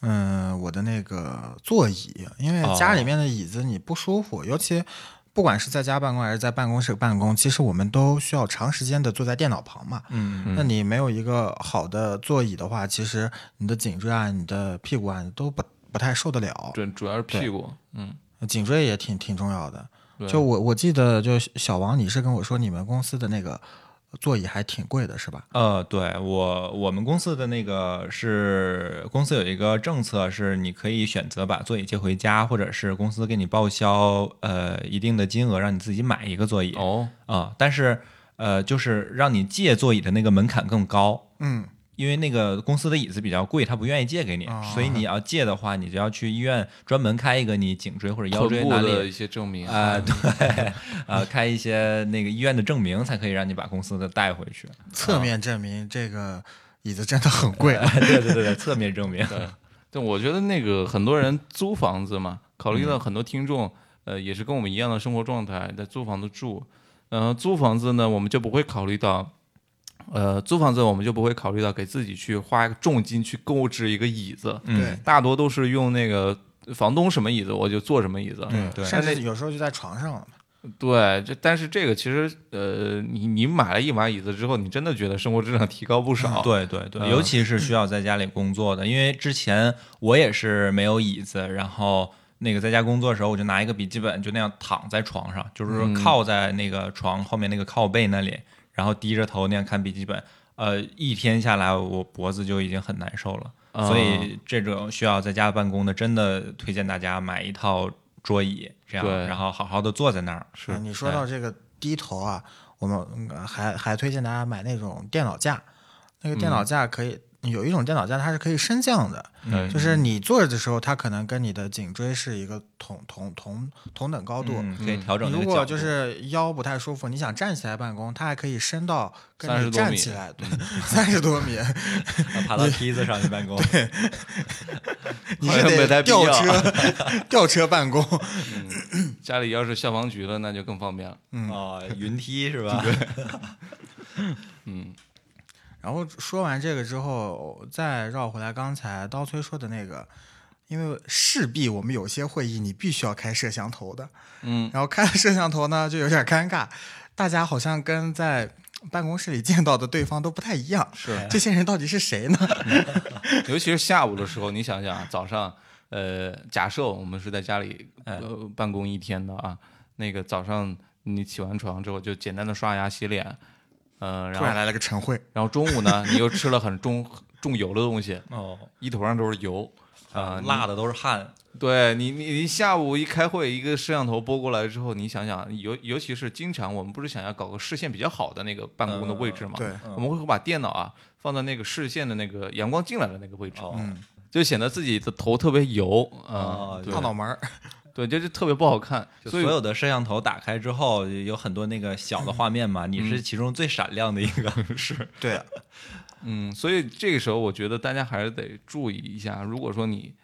S3: 嗯、我的那个座椅，因为家里面的椅子你不舒服，尤其不管是在家办公还是在办公室办公，其实我们都需要长时间的坐在电脑旁嘛。
S1: 嗯
S3: 那你没有一个好的座椅的话，其实你的颈椎啊、你的屁股啊你都不不太受得了，
S2: 主主要是屁股，嗯，
S3: 颈椎也挺挺重要的。
S2: 对
S3: 就我我记得，就小王，你是跟我说你们公司的那个座椅还挺贵的，是吧？
S1: 呃，对我我们公司的那个是公司有一个政策，是你可以选择把座椅借回家，或者是公司给你报销呃一定的金额，让你自己买一个座椅啊、
S2: 哦，
S1: 但是呃，就是让你借座椅的那个门槛更高。
S3: 嗯，
S1: 因为那个公司的椅子比较贵，他不愿意借给你，
S2: 哦
S1: 所以你要借的话，你就要去医院专门开一个你颈椎或者腰
S2: 臀
S1: 椎
S2: 部
S1: 哪里
S2: 的一些证明
S1: 啊、对，呃，开一些那个医院的证明，才可以让你把公司的带回去。 [LAUGHS]
S3: 侧面证明这个椅子真的很贵。
S1: 对对对对，侧面证明。
S2: 对，我觉得那个很多人租房子嘛，考
S1: 嗯
S2: 虑到很多听众，呃，也是跟我们一样的生活状态，在租房子住。嗯、租房子呢，我们就不会考虑到，呃，租房子我们就不会考虑到给自己去花重金去购置一个椅子，
S1: 嗯
S3: 对
S2: 大多都是用那个房东什么椅子我就坐什么椅
S1: [LAUGHS]
S2: 子。
S1: 嗯，对，
S3: 甚至有时候就在床上了。
S2: 对，这但是这个其实，呃，你你买了一把椅子之后，你真的觉得生活质量提高不少。
S1: 对对对，
S2: 嗯
S1: 尤其是需要在家里工作的，因为之前我也是没有椅子，然后那个在家工作的时候，我就拿一个笔记本，就那样躺在床
S2: 嗯
S1: 上，就是说靠在那个床后面那个靠背那里，然后低着头那样看笔记本。啊、呃，一天下来我脖子就已经很难受了。
S2: 啊
S1: 所以这种需要在家办公的，真的推荐大家买一套桌椅，这样
S2: 对
S1: 然后好好的坐在那儿。
S2: 是
S3: 啊你说到这个低头啊，我们嗯还还推荐大家买那种电脑架，那个
S1: 嗯
S3: 电脑架可以、有一种电脑架它是可以升降的，
S1: 嗯
S2: 对
S3: 就是你坐着的时候，它可能跟你的颈椎是一个同同同同等高度。
S1: 嗯，可以调整
S3: 你
S1: 这
S3: 如
S1: 个
S3: 果
S1: 角
S3: 就
S1: 度
S3: 是腰不太舒服，你想站起来办公，它还可以升到跟
S2: 30
S3: 你
S2: 多
S3: 站
S2: 米嗯
S3: 起来，对， [LAUGHS] 三十多
S2: [LAUGHS]
S3: 米，
S1: [LAUGHS] 爬到梯子上去办公。
S3: 你
S2: 好
S3: 是
S2: 像没太
S3: 得
S2: 必要
S3: 吊车
S2: [LAUGHS]
S3: [LAUGHS] 吊车办公，
S2: 家里要是消防局的，那就更方便了。
S1: 哦，云梯是吧？
S2: 嗯，
S3: 然后说完这个之后，再绕回来刚才刀崔说的那个，因为势必我们有些会议你必须要开摄像头的，
S2: 嗯，
S3: 然后开了摄像头呢就有点尴尬，大家好像跟在办公室里见到的对方都不太一样，
S2: 是，
S3: 这些人到底是谁呢？
S2: 尤其是下午的时候，你想想啊早上，呃，假设我们是在家里呃办公一天的啊，那个早上你起完床之后就简单的刷牙洗脸，嗯，然
S3: 突
S1: 啊
S3: 然
S2: 后
S3: 来了个晨会，
S2: 然后中午呢，你又吃了很重重油的东西，
S1: 哦，
S2: 一头上都是油啊，你
S1: 辣的都是汗。
S2: 对你，你你下午一开会，一个摄像头拨过来之后，你想想，尤尤其是经常我们不是想要搞个视线比较好的那个办公的位
S1: 嗯
S2: 置嘛？
S3: 对，
S2: 我们会把电脑啊放在那个视线的那个阳光进来的那个位置，
S1: 哦，
S2: 就显得自己的头特别油啊
S1: 哦，
S2: 对
S3: 大脑门儿，
S2: 对，就是特别不好看。
S1: 就
S2: 所
S1: 所
S2: 以
S1: 有的摄像头打开之后，有很多那个小的画面嘛，你是其中最闪亮的一个，
S2: [LAUGHS]
S1: 是
S3: 对，
S2: 嗯，所以这个时候我觉得大家还是得注意一下，如果说你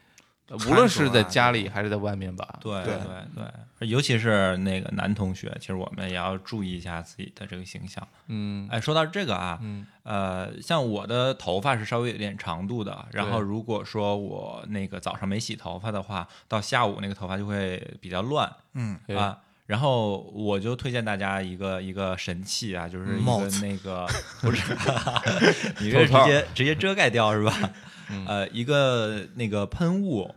S2: 呃
S3: 穿
S2: 无论是
S3: 着
S2: 在
S3: 啊
S2: 家里还是在外面吧，
S1: 对
S3: 对
S1: 对对，尤其是那个男同学，其实我们也要注意一下自己的这个形象。
S2: 嗯
S1: 哎，说到这个啊，
S2: 嗯
S1: 呃，像我的头发是稍微有点长度的，然后
S2: 对
S1: 如果说我那个早上没洗头发的话，到下午那个头发就会比较乱
S3: 嗯，
S2: 哎
S1: 啊。然后我就推荐大家一个一个神器啊，就是一
S3: 帽
S1: 个
S3: 子
S1: 那个不
S2: [LAUGHS]
S1: 是，你这直
S2: 嗯头套嗯
S1: 接直接遮盖掉是吧？呃，一个那个喷雾，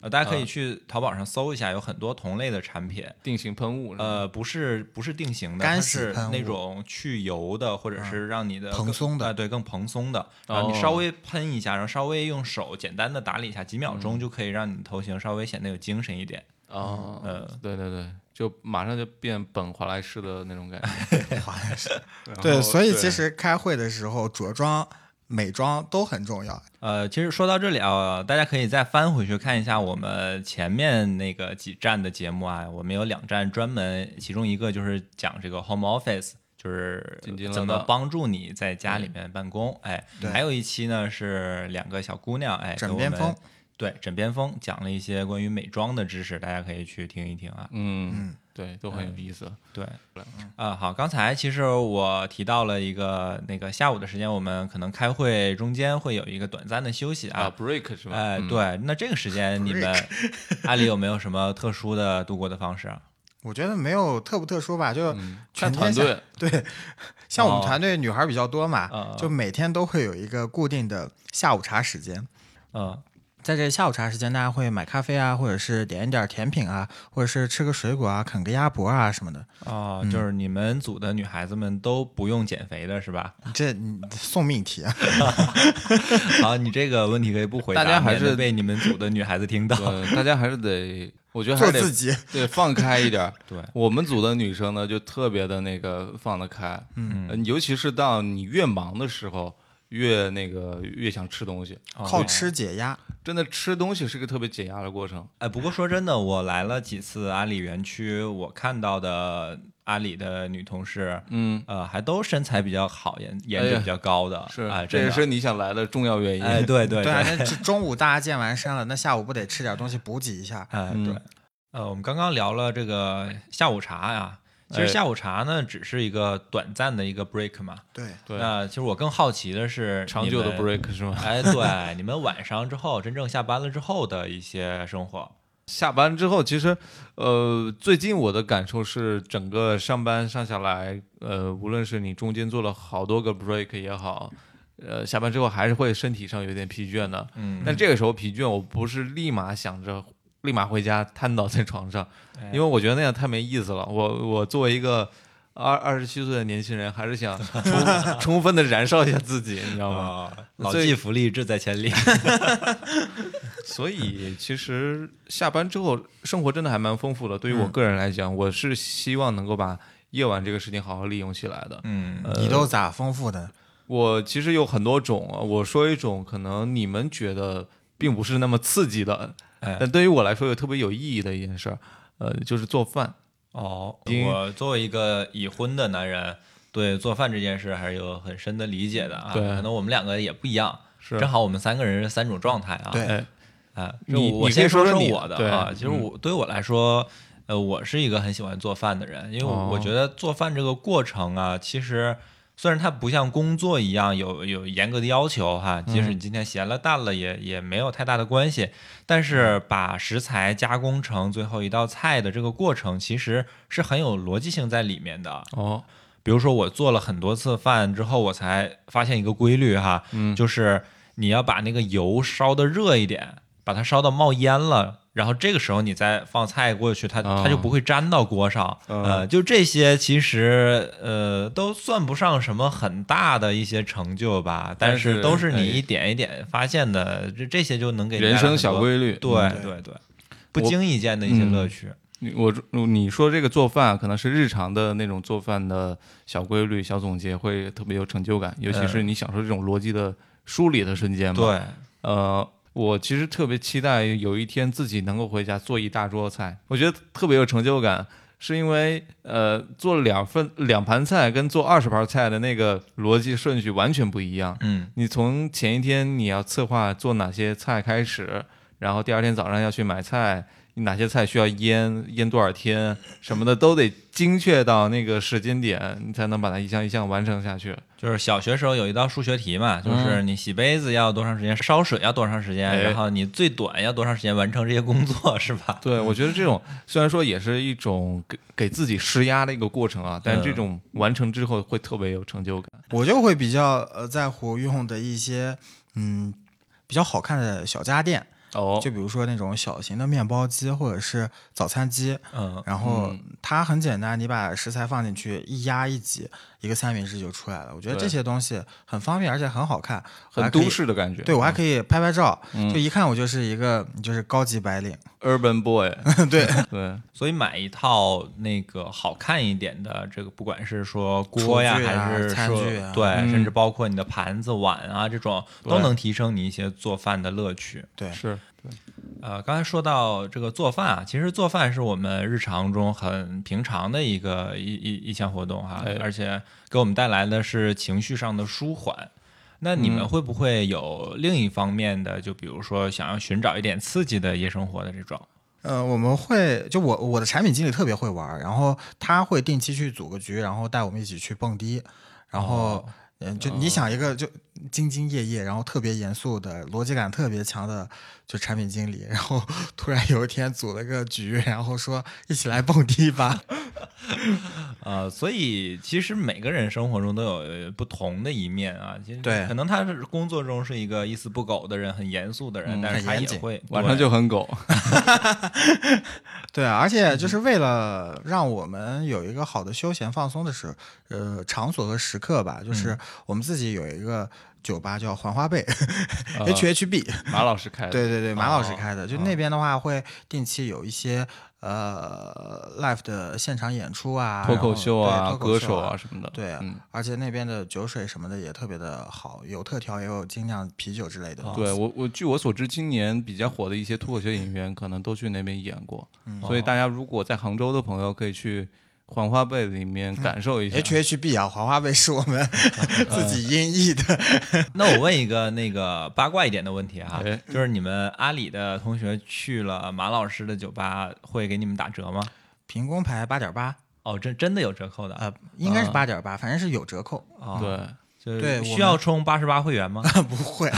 S1: 呃，大家可以
S2: 啊
S1: 去淘宝上搜一下，有很多同类的产品。
S2: 定型喷雾，
S1: 呃，不是不是定型的，
S3: 干
S1: 它
S3: 洗
S1: 是
S3: 喷
S1: 那
S3: 雾啊
S1: 种去油的，或者是让你的
S3: 蓬
S1: 更
S3: 松的
S1: 啊，对，更蓬松的。然后你
S2: 哦
S1: 稍微喷一下，然后稍微用手简单的打理一下，几秒钟
S3: 嗯
S1: 就可以让你的头型稍微显得有精神一点。
S2: 啊，
S1: 呃
S2: 对对对，就马上就变本华莱士的那种感觉。
S3: [LAUGHS] 好像是，
S2: 然后
S3: [LAUGHS] 对，所以其实开会的时候着装、美妆都很重要，
S1: 呃，其实说到这里啊，大家可以再翻回去看一下我们前面那个几站的节目啊，我们有两站专门，其中一个就是讲这个 home office。就是
S2: 津津乐
S1: 怎么
S2: 道
S1: 帮助你在家里面办公，哎，
S3: 嗯对
S1: 还有一期呢是两个小姑娘，哎，
S3: 枕
S1: 给我
S3: 边
S1: 们
S3: 风，
S1: 对，枕边风讲了一些关于美妆的知识，大家可以去听一听啊。
S2: 嗯，对，都很有意思。
S1: 对，啊、
S3: 嗯
S1: 好，刚才其实我提到了一个那个下午的时间，我们可能开会中间会有一个短暂的休息
S2: 啊
S1: 啊。
S2: ，break 是吧？
S1: 哎、
S2: 嗯，
S1: 对，那这个时间你们 [LAUGHS] 阿里有没有什么特殊的度过的方式啊？
S3: 我觉得没有特不特殊吧，就全
S2: 嗯看
S3: 天
S2: 团
S3: 下
S2: 队，啊
S3: 对，像我们
S1: 哦
S3: 团队女孩比较多嘛，
S1: 嗯嗯
S3: 就每天都会有一个固定的下午茶时间。
S1: 嗯
S3: 在这下午茶时间，大家会买咖啡啊，或者是点一点甜品啊，或者是吃个水果啊，啃个鸭脖啊什么的。
S1: 哦，就是你们组的女孩子们都不用减肥的是吧？
S3: 这你送命题啊！
S1: 好，你这个问题可以不回答，
S2: 大家还
S1: 免得
S2: 是
S1: 被你们组的女孩子听到。
S2: 对，大家还是得，我
S3: [LAUGHS]
S2: 觉得还是
S3: 做
S2: 得
S3: 自己，
S2: [LAUGHS] 对放开一 [LAUGHS] 点儿。
S1: 对
S2: 我们组的女生呢，就特别的那个放得开，
S3: 嗯
S2: 呃，尤其是到你越忙的时候，越那个越想吃东西。
S1: 哦
S3: 靠吃解压。
S2: 真的吃东西是个特别解压的过程。
S1: 哎，不过说真的，我来了几次阿里园区，我看到的阿里的女同事，
S2: 嗯，
S1: 呃，还都身材比较好，颜颜
S2: 哎
S1: 值
S2: 呀
S1: 比较高的，
S2: 是，
S1: 啊，
S2: 这
S1: 真
S2: 也
S1: 的
S2: 是你想来的重要原因。 [LAUGHS]
S1: 哎，对对
S3: 对啊，那这中午大家健完身了，那下午不得吃点东西补给一下？
S1: 哎
S2: 嗯
S1: 对，呃，我们刚刚聊了这个下午茶呀，其
S2: 哎
S1: 实下午茶呢只是一个短暂的一个 break 嘛，
S3: 对，
S2: 对
S1: 那其实我更好奇的是
S2: 长
S1: 你
S2: 久的
S1: 们 [LAUGHS]
S2: break 是吗？
S1: 哎，对，你们晚上之后真正下班了之后的一些生活，
S2: 下班之后，其实，呃，最近我的感受是，整个上班上下来，呃，无论是你中间做了好多个 break 也好，呃，下班之后还是会身体上有点疲倦的。
S1: 嗯，
S2: 但这个时候疲倦，我不是立马想着立马回家瘫倒在床上，因为我觉得那样太没意思了。我我作为一个二二十七岁的年轻人还是想 [LAUGHS] 充充分的燃烧一下自己，你知道吗？
S1: 哦，老
S2: 所以
S1: 骥伏枥，志在千
S2: [LAUGHS]
S1: 里。 [LAUGHS]
S2: 所以其实下班之后生活真的还蛮丰富的。对于我
S1: 嗯
S2: 个人来讲，我是希望能够把夜晚这个事情好好利用起来的。
S1: 嗯，
S2: 呃
S3: 你都咋丰富的？
S2: 我其实有很多种，啊，我说一种可能你们觉得并不是那么刺激的，
S1: [LAUGHS] 哎
S2: 但对于我来说有特别有意义的一件事儿，呃，就是做饭。
S1: 哦，
S2: 因为
S1: 我作为一个已婚的男人，对做饭这件事还是有很深的理解的啊。
S2: 对
S1: 可能我们两个也不一样，
S2: 是
S1: 正好我们三个人是三种状态啊。
S3: 对
S2: 哎，
S1: 啊，
S2: 你
S1: 就我
S2: 你可以
S1: 先
S2: 说
S1: 说
S2: 说你
S1: 我的
S2: 对嗯
S1: 啊，其实我对我来说，呃，我是一个很喜欢做饭的人，因为
S2: 哦
S1: 我觉得做饭这个过程啊，其实。虽然它不像工作一样有有严格的要求哈，即使
S2: 嗯
S1: 你今天闲了淡了也也没有太大的关系，但是
S2: 嗯
S1: 把食材加工成最后一道菜的这个过程，其实是很有逻辑性在里面的。
S2: 哦，
S1: 比如说我做了很多次饭之后，我才发现一个规律哈，
S2: 嗯
S1: 就是你要把那个油烧的热一点，把它烧到冒烟了。然后这个时候你再放菜过去，它
S2: 哦
S1: 它就不会粘到锅上。
S2: 嗯
S1: 呃，就这些其实呃都算不上什么很大的一些成就吧，
S2: 但
S1: 但是
S2: 是
S1: 都是
S2: 哎
S1: 你一点一点发现的，这这些就能给你
S2: 人
S1: 带来
S2: 生
S1: 很
S2: 小
S1: 多
S2: 规律。嗯
S1: 对
S3: 嗯
S1: 对对，不经意间的一些乐趣。
S2: 你我你说这个做饭啊可能是日常的那种做饭的小规律、小总结，会特别有成就感，尤其是你享受这种逻辑的梳理的瞬间嘛。，
S1: 哎对，
S2: 呃，我其实特别期待有一天自己能够回家做一大桌菜，我觉得特别有成就感，是因为呃，做两份两盘菜跟做二十盘菜的那个逻辑顺序完全不一样。
S1: 嗯，
S2: 你从前一天你要策划做哪些菜开始，然后第二天早上要去买菜，哪些菜需要腌，腌多少天什么的，都得精确到那个时间点，你才能把它一项一项完成下去。
S1: 就是小学时候有一道数学题嘛，
S3: 嗯
S1: 就是你洗杯子要多长时间，烧水要多长时间，
S2: 哎
S1: 然后你最短要多长时间完成这些工作， [LAUGHS] 是吧？
S2: 对，我觉得这种虽然说也是一种给给自己施压的一个过程啊，但是这种完成之后会特别有成就感。
S3: 我就会比较呃在乎运用的一些嗯比较好看的小家电，
S2: 哦
S3: 就比如说那种小型的面包机或者是早餐机，
S1: 嗯，
S3: 然后它很简单，你把食材放进去一压一挤，一个三明治就出来了。我觉得
S2: 对
S3: 这些东西很方便，而且很好看，我
S2: 很
S3: 还可以
S2: 都。市嗯的感觉，
S3: 对，我还可以拍拍照，就一看我就是一个就是高级白领。
S2: urban boy，
S3: 对，
S2: [LAUGHS] 对，
S1: 所以买一套那个好看一点的，这个不管是说锅
S3: 厨
S1: 呀，
S3: 具啊
S1: 还是
S3: 餐
S1: 说
S3: 具啊
S1: 对，
S2: 嗯
S1: 甚至包括你的盘子、碗啊这种，
S2: 对
S1: 都能提升你一些做饭的乐趣。
S3: 对，
S2: 是，
S1: 呃，刚才说到这个做饭啊，其实做饭是我们日常中很平常的一个一一一项活动哈、
S2: 哎
S1: 而且给我们带来的是情绪上的舒缓。那你们会不会有另一方面的，就比如说想要寻找一点刺激的夜生活的这种？
S3: 呃，我们会就我我的产品经理特别会玩儿，然后他会定期去组个局，然后带我们一起去蹦迪，然后嗯、就你想一个就兢兢业业，然后特别严肃的逻辑感特别强的就产品经理，然后 [LAUGHS] 突然有一天组了个局，然后说一起来蹦迪吧，
S1: 呃，所以其实每个人生活中都有呃不同的一面啊。其实
S3: 对
S1: 可能他是工作中是一个一丝不苟的人，很严肃的人，
S3: 嗯
S1: 但是
S3: 很
S1: 他
S3: 严
S1: 也
S3: 谨
S1: 会
S2: 晚上
S1: 对
S2: 就很狗，
S3: 对啊，而且就是为了让我们有一个好的休闲放松的时，呃，场所和时刻吧，就是我们自己有一个酒吧叫环花贝 H H B，
S2: 马老师开 [LAUGHS] 的，
S3: 对对对，马老师
S2: 哦
S3: 开的，就那边的话会定期有一些呃 live 的现场演出啊，
S2: 脱
S3: 然后
S2: 口秀
S3: 对
S2: 啊，
S3: 脱口
S2: 歌
S3: 秀
S2: 手啊
S3: 啊。
S2: 什么的，
S3: 对，
S2: 嗯。
S3: 而且那边的酒水什么的也特别的好，有特调，也有精酿啤酒之类的。
S2: 哦对我，我据我所知，今年比较火的一些脱口秀演员，可能都去那边演过，所以大家如果在杭州的朋友，可以去黄花贝里面感受一下。
S3: H H B 啊，华华贝是我
S2: [LAUGHS]
S3: 们自己音译的。
S1: [LAUGHS] 那我问一个那个八卦一点的问题哈
S2: 哎，
S1: 就是你们阿里的同学去了马老师的酒吧，会给你们打折吗？
S3: 凭工牌八点八，
S1: 哦，真真的有折扣的啊
S3: 呃，应该是
S2: 啊
S3: 八点八，反正是有折扣。！
S1: 哦
S2: 对，
S1: 就是
S3: 对我
S1: 需要充八十八会 [LAUGHS] 员吗？
S3: 不会，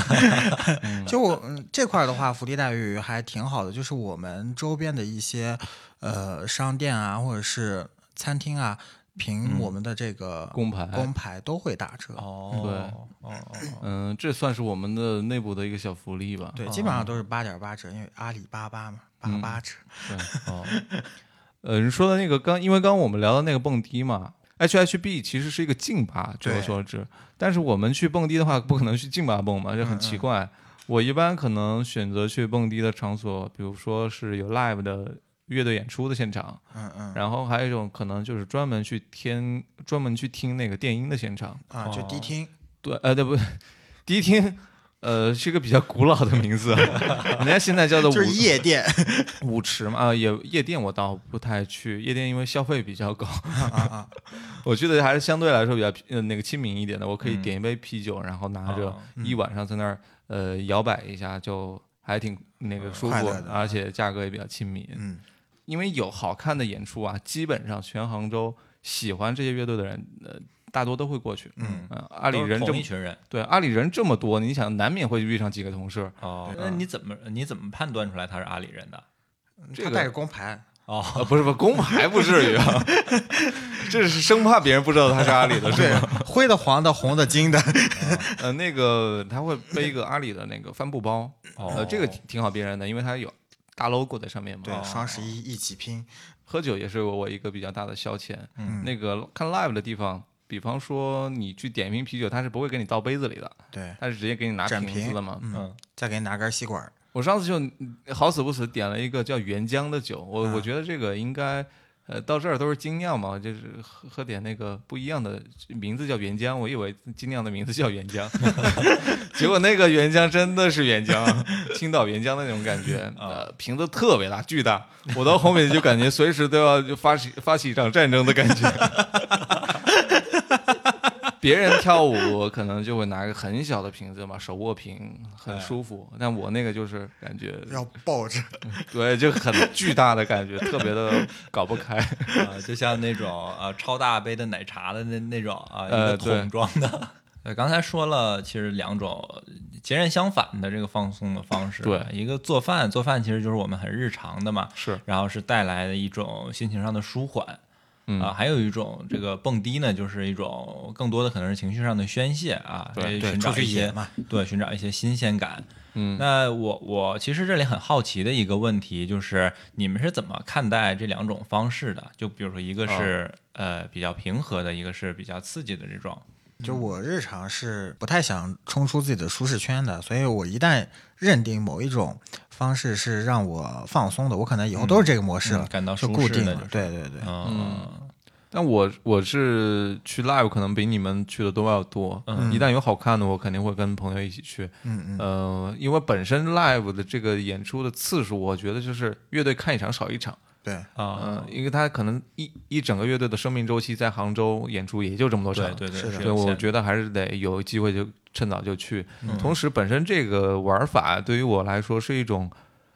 S3: [LAUGHS] 就我嗯这块儿的话，福利待遇还挺好的，就是我们周边的一些呃商店啊，或者是餐厅啊，凭我们的这个
S2: 工牌
S3: 工牌都会打折。
S1: 哦，哦哦，哦
S2: 嗯，这算是我们的内部的一个小福利吧。
S3: 啊对，基本上都是八点八折，因为阿里巴巴嘛，八八折。
S2: 哦呃，你说的那个刚，因为刚刚我们聊到那个蹦迪嘛， HHB 其实是一个劲巴，据我
S3: 对
S2: 所知，但是我们去蹦迪的话，不可能去劲巴蹦嘛，就很
S3: 嗯
S2: 奇怪。我一般可能选择去蹦迪的场所，比如说是有 live 的乐队演出的现场，
S3: 嗯嗯
S2: 然后还有一种可能就是专门去听专门去听那个电音的现场。
S3: 啊，就迪厅，
S2: 对，呃，对不，迪厅，呃，是一个比较古老的名字，人家现在叫做舞
S3: [LAUGHS] 就是夜店
S2: 舞池嘛，啊、也夜店我倒不太去，夜店因为消费比较高，
S3: 啊啊
S2: [LAUGHS] 我觉得还是相对来说比较呃那个亲民一点的，我可以
S3: 嗯
S2: 点一杯啤酒，然后拿着
S1: 哦
S2: 一晚上在那儿呃摇摆一下，就还挺那个舒
S3: 快
S2: 服
S3: 乐的，啊
S2: 而且价格也比较亲民。
S3: 嗯，
S2: 因为有好看的演出啊，基本上全杭州喜欢这些乐队的人，呃，大多都会过去。
S3: 嗯
S2: 呃，阿里
S1: 都是
S2: 人这
S1: 同
S2: 么
S1: 一群人
S2: 对，阿里人这么多，你想难免会遇上几个同事。
S1: 哦，
S2: 对
S1: 那你怎么你怎么判断出来他是阿里人的？
S2: 这
S3: 嗯他
S2: 个
S3: 带着工牌，
S1: 哦，
S2: 呃，不是不是，公牌不至于啊， [LAUGHS] 这是生怕别人不知道他是阿里的，哦是
S3: 对
S2: 吧？，
S3: 灰的、黄的、红的、金的，
S2: 呃，那个他会背一个阿里的那个帆布包，
S1: 哦
S2: 呃，这个挺挺好辨认的，因为它有大 logo 在上面嘛。
S3: 哦对，双十一一起拼，
S2: 喝酒也是我一个比较大的消遣。
S3: 嗯
S2: 那个看 live 的地方，比方说你去点一瓶啤酒，他是不会给你倒杯子里的，
S3: 对，
S2: 他是直接给你拿
S3: 展
S2: 瓶
S3: 瓶
S2: 子的嘛。
S3: 嗯
S1: 嗯，
S3: 再给你拿根吸管儿，
S2: 我上次就嗯好死不死点了一个叫原浆的酒，我、
S3: 啊
S2: 我觉得这个应该，呃，到这儿都是精酿嘛，就是喝喝点那个不一样的名字叫原浆，我以为精酿的名字叫原浆， [LAUGHS] 结果那个原浆真的是原浆， [LAUGHS] 青岛原浆的那种感觉，
S3: 啊
S2: 呃，瓶子特别大，巨大，我到后面就感觉随时都要就发起发起一场战争的感觉。 [LAUGHS] 别人跳舞可能就会拿个很小的瓶子嘛，手握瓶很舒服，但我那个就是感觉，
S3: 哎要抱着，
S2: 对，就很巨大的感觉，特别的搞不开。
S1: 啊，就像那种呃超大杯的奶茶的那那种啊，一
S2: 呃
S1: 个
S2: 对
S1: 桶装的。 [LAUGHS] 呃，刚才说了，其实两种截然相反的这个放松的方式。
S2: 对
S1: 一个做饭，做饭其实就是我们很日常的嘛，
S2: 是，
S1: 然 [LAUGHS] 后是带来的一种心情上的舒缓。
S2: 嗯
S1: 啊，还有一种这个蹦迪呢，就是一种更多的可能是情绪上的宣泄啊，
S2: 对
S1: 也
S3: 对，
S1: 寻
S3: [LAUGHS] 出
S1: 找
S3: 去
S1: 一
S3: 野
S1: 些
S3: 嘛，
S1: 对，寻找一些新鲜感。
S2: 嗯，
S1: 那我我其实这里很好奇的一个问题就是，你们是怎么看待这两种方式的？就比如说，一
S2: 哦
S1: 个是、呃比较平和的，一个是比较刺激的这种。
S2: 嗯
S3: 就我日常是不太想冲出自己的舒适圈的，所以我一旦认定某一种方式是让我放松的，我可能以后都是这个模式了，
S1: 嗯感到
S3: 就
S1: 舒
S3: 固
S1: 适
S3: 定
S1: 的
S3: 了。
S1: 就是
S3: 对对对，
S1: 嗯，
S2: 但我我是去 live 可能比你们去的都要多，
S1: 嗯
S2: 一旦有好看的，我肯定会跟朋友一起去。
S3: 嗯嗯，
S2: 呃，因为本身 live 的这个演出的次数，我觉得就是乐队看一场少一场。
S3: 对，
S1: 啊、
S2: 嗯，因为他可能一一整个乐队的生命周期在杭州演出也就这么多场，
S1: 对对对，
S3: 是的
S1: 是
S2: 对，
S1: 有
S2: 我
S1: 限
S2: 觉得还是得有机会就趁早就去。
S3: 嗯
S2: 同时，本身这个玩法对于我来说是一种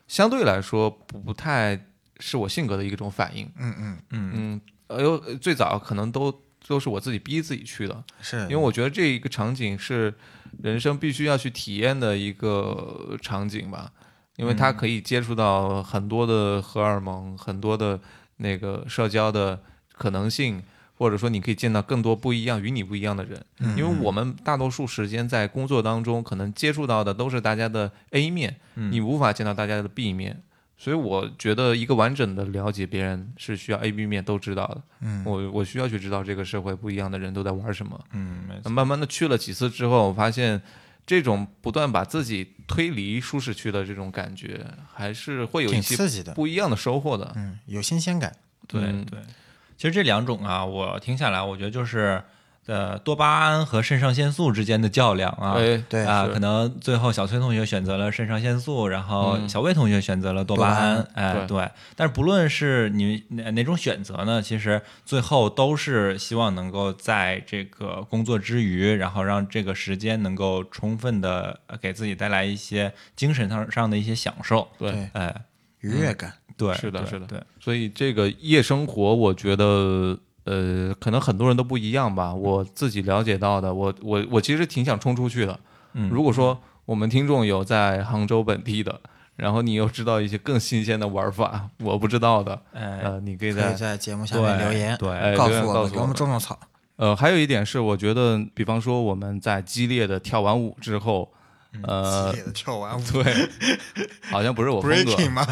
S2: 相对来说不不太是我性格的一种反应。
S3: 嗯嗯
S1: 嗯
S2: 嗯，呃，有最早可能都都是我自己逼自己去的，
S3: 是，
S2: 因为我觉得这一个场景是人生必须要去体验的一个场景吧，因为它可以接触到很多的荷尔蒙，很多的那个社交的可能性，或者说你可以见到更多不一样与你不一样的人。
S3: 嗯
S2: 因为我们大多数时间在工作当中，可能接触到的都是大家的 A 面，你无法见到大家的 B 面。所以我觉得一个完整的了解别人是需要 A、B 面都知道的。
S3: 嗯
S2: 我我需要去知道这个社会不一样的人都在玩什么。
S1: 嗯，没错，
S2: 那慢慢的去了几次之后，我发现这种不断把自己推离舒适区的这种感觉，还是会有一
S3: 挺
S2: 些
S3: 刺激的，
S2: 不一样的收获的。
S3: 嗯，有新鲜感。
S1: 对
S2: 嗯
S1: 对。其实这两种啊，我听下来，我觉得就是呃多巴胺和肾上腺素之间的较量啊。
S2: 哎，
S3: 对
S1: 啊，
S2: 是
S1: 可能最后小崔同学选择了肾上腺素，然后
S2: 嗯
S1: 小魏同学选择了多巴胺，哎，对。但是不论是你哪哪种选择呢，其实最后都是希望能够在这个工作之余，然后让这个时间能够充分的给自己带来一些精神上上的一些享受，
S2: 对，嗯
S1: 哎，
S3: 愉悦感，
S1: 对，
S2: 是的
S1: 对
S2: 是的
S1: 对，
S2: 所以这个夜生活，我觉得。呃，可能很多人都不一样吧。
S3: 嗯
S2: 我自己了解到的，我我我其实挺想冲出去的。
S1: 嗯
S2: 如果说我们听众有在杭州本地的，然后你又知道一些更新鲜的玩法， [LAUGHS] 我不知道的，
S1: 哎，
S2: 呃，你可以
S3: 可以
S2: 在
S3: 在节目下
S1: 对
S3: 面留言，
S1: 对，
S2: 哎
S3: 告
S2: 留言
S3: 诉
S2: 告
S3: 我
S2: 诉
S3: 们，给
S2: 我
S3: 我们
S2: 们
S3: 种种草。
S2: 呃，还有一点是，我觉得，比方说我们在激烈的跳完舞之后，
S3: 嗯
S2: 呃 [LAUGHS]
S3: 激，烈的跳完舞
S2: 对，好像不是我
S3: [LAUGHS]
S2: 风格。啊
S3: breaking 吗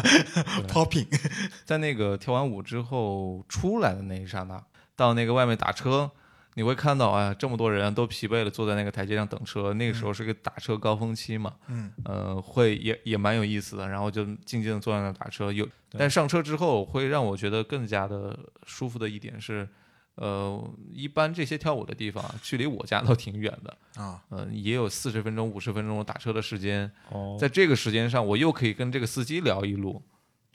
S3: ？popping
S2: [LAUGHS] 在那个跳完舞之后出来的那一刹那，到那个外面打车，你会看到，哎呀，这么多人都疲惫的坐在那个台阶上等车。那个时候是个打车高峰期嘛，
S3: 嗯，
S2: 呃，会也也蛮有意思的。然后就静静的坐在那儿打车，有，但上车之后会让我觉得更加的舒服的一点是，呃，一般这些跳舞的地方啊距离我家都挺远的，
S3: 啊，
S2: 嗯、也有四十分钟、五十分钟打车的时间，
S1: 哦，
S2: 在这个时间上，我又可以跟这个司机聊一路。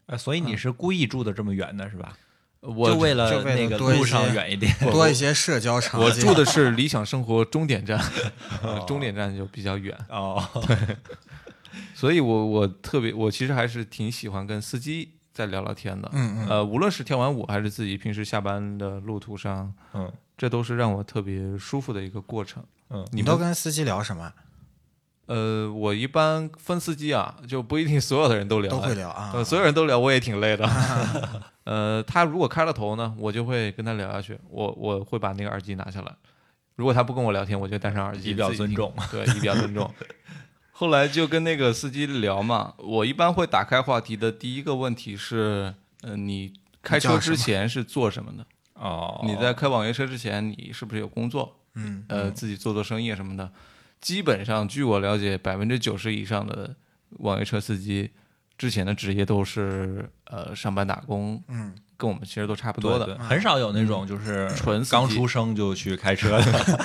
S1: 呃所以你是故意住的这么远的是吧？
S2: 我
S1: 就为了
S3: 嗯就为了
S1: 那个
S3: 多一
S1: 路上
S3: 些
S1: 远一点。
S3: 多一些社交场景。
S2: 我住的是理想生活终
S3: [LAUGHS]
S2: 点站，呃终点站就比较远，
S1: 哦，
S2: 所以我我特别，我其实还是挺喜欢跟司机在聊聊天的。
S3: 嗯嗯
S2: 呃，无论是跳完舞还是自己平时下班的路途上，
S1: 嗯，
S2: 这都是让我特别舒服的一个过程。
S1: 嗯
S2: 你
S3: 你
S2: 们
S3: 都跟司机聊什么？
S2: 呃，我一般分司机啊，就不一定所有的人都聊，
S3: 都会聊啊
S2: 呃，所有人都聊，我也挺累的。呃，他如果开了头呢，我就会跟他聊下去，我我会把那个耳机拿下来。如果他不跟我聊天，我就戴上耳机，
S1: 以表
S2: 自己
S1: 尊
S2: 听
S1: 重，
S2: 对，以表尊重。后来就跟那个司机聊嘛，我一般会打开话题的第一个问题是，呃，你开
S3: 你
S2: 车
S3: 叫什么
S2: 之前是做什么的？
S1: 哦，
S2: 你在开网约车之前，你是不是有工作？
S3: 嗯，
S2: 呃，自己做做生意什么的。基本上，据我了解，百分之九十以上的网约车司机之前的职业都是呃上班打工，
S3: 嗯，
S2: 跟我们其实都差不
S1: 多
S2: 多
S1: 的，嗯
S2: 的。
S1: 对很少有那种就是
S2: 纯司
S1: 刚
S2: 机
S1: 出生就去开车 [LAUGHS] 的。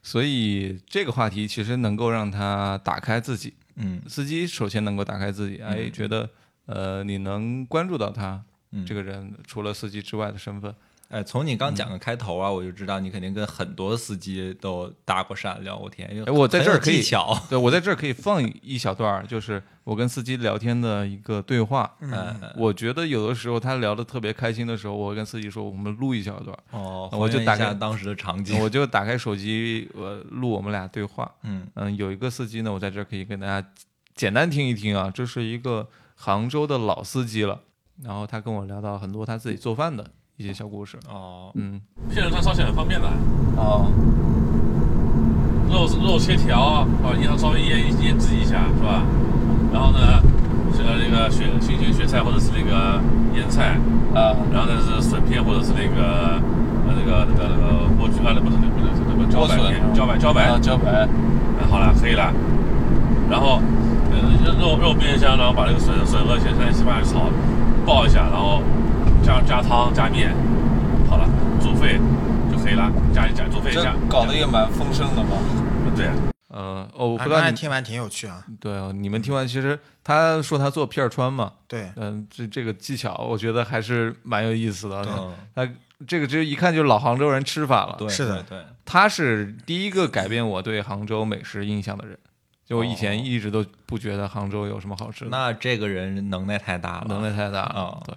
S2: 所以这个话题其实能够让他打开自己，
S1: 嗯
S2: 司机首先能够打开自己，哎，觉得呃你能关注到他、
S1: 嗯，
S2: 这个人，除了司机之外的身份，
S1: 哎，从你刚讲的开头啊，我就知道你肯定跟很多司机都搭过讪、聊过天。因为
S2: 哎我在
S1: 很
S2: 这儿
S1: 有
S2: 可以
S1: 技巧，
S2: 对我在这儿可以放一小段儿，就是我跟司机聊天的一个对话。
S1: 嗯，
S2: 我觉得有的时候他聊得特别开心的时候，我会跟司机说我们录一小段儿，
S1: 哦，
S2: 我就
S1: 还原一
S2: 打
S1: 下
S2: 开
S1: 当时的场景。
S2: 我就打开手机，我录我们俩对话。
S1: 嗯
S2: 嗯，有一个司机呢，我在这儿可以跟大家简单听一听啊，这是一个杭州的老司机了，然后他跟我聊到很多他自己做饭的一些小故事。
S1: 哦，
S2: 嗯，
S5: 现在它烧起来很方便的，
S2: 哦，
S5: 肉肉切条啊，把银行稍微腌一腌制一下，是吧？然后呢，呃，那个雪新鲜雪菜或者是那个腌菜，
S2: 啊，
S5: 然后呢是笋片或者是那个呃那个那个那个莴苣啊，那不是那不是那个茭白片，茭白茭白，
S2: 茭哎白，
S5: 嗯好了，可以了。然后，呃，肉肉煸一下，然后把那个笋笋和咸菜一起把它炒爆一下，然后加加汤加面，好了，煮沸就可以了，加一加煮沸一下，
S2: 也蛮丰盛的嘛。
S5: 对。啊
S2: 呃，哦，我不
S3: 啊
S2: 知
S3: 刚
S2: 道
S3: 才
S2: 你
S3: 听完挺有趣啊。
S2: 对哦，你们听完，其实他说他做片儿川嘛，
S3: 对，
S2: 嗯，这这个技巧我觉得还是蛮有意思的。
S1: 嗯
S2: 他这个就是一看就是老杭州人吃法了。
S1: 对，
S3: 是的
S1: 对，对
S2: 他是第一个改变我对杭州美食印象的人。就我以
S1: 哦
S2: 前一直都不觉得杭州有什么好吃的，
S1: 那这个人能耐太大了，
S2: 能耐太大了
S1: 哦。
S2: 对，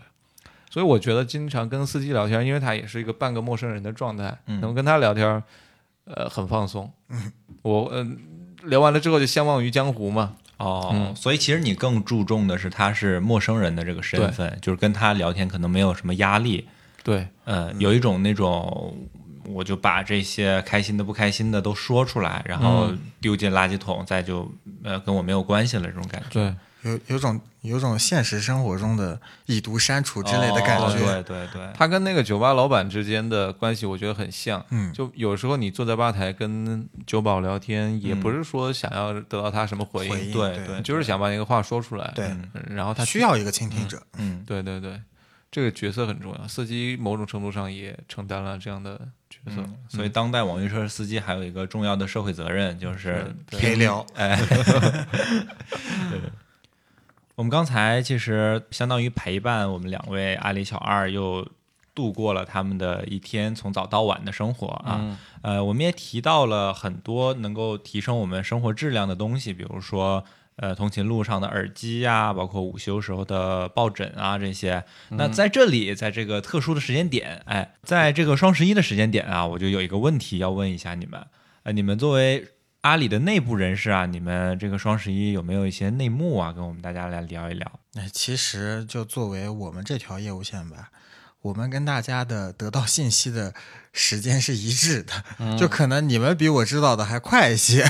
S2: 所以我觉得经常跟司机聊天，因为他也是一个半个陌生人的状态，
S1: 嗯
S2: 能跟他聊天，呃，很放松。我嗯、聊完了之后就相忘于江湖嘛。
S1: 哦，
S2: 嗯
S1: 所以其实你更注重的是他是陌生人的这个身份，就是跟他聊天可能没有什么压力，
S2: 对，
S1: 呃，有一种那种我就把这些开心的不开心的都说出来，然后
S2: 嗯
S1: 丢进垃圾桶，再就呃跟我没有关系了这种感觉。
S2: 对，
S3: 有有种有种现实生活中的已读删除之类的感
S1: 哦
S3: 觉。
S1: 对对对，
S2: 他跟那个酒吧老板之间的关系，我觉得很像。
S3: 嗯
S2: 就有时候你坐在吧台跟酒保聊天，也
S1: 嗯
S2: 不是说想要得到他什么回应，
S3: 回应
S1: 对
S3: 对
S1: 对，
S2: 就是想把那个话说出来。
S3: 对
S2: 嗯，然后他
S3: 需要一个倾听者。
S1: 嗯，
S2: 对对对，这个角色很重要。司机某种程度上也承担了这样的角色。
S1: 嗯所以当代网约车司机还有一个重要的社会责任，就是
S2: 对哎
S3: 陪聊，
S1: 我们刚才其实相当于陪伴我们两位阿里小二又度过了他们的一天从早到晚的生活啊。呃，我们也提到了很多能够提升我们生活质量的东西，比如说呃通勤路上的耳机呀、包括午休时候的抱枕啊这些。那在这里，在这个特殊的时间点，哎，在这个双十一的时间点啊，我就有一个问题要问一下你们，呃，你们作为阿里的内部人士啊，你们这个双十一有没有一些内幕啊，跟我们大家来聊一聊？
S3: 那其实就作为我们这条业务线吧，我们跟大家的得到信息的
S2: 嗯 [LAUGHS]
S3: 时间是一致的，就可能你们比我知道的还快一些。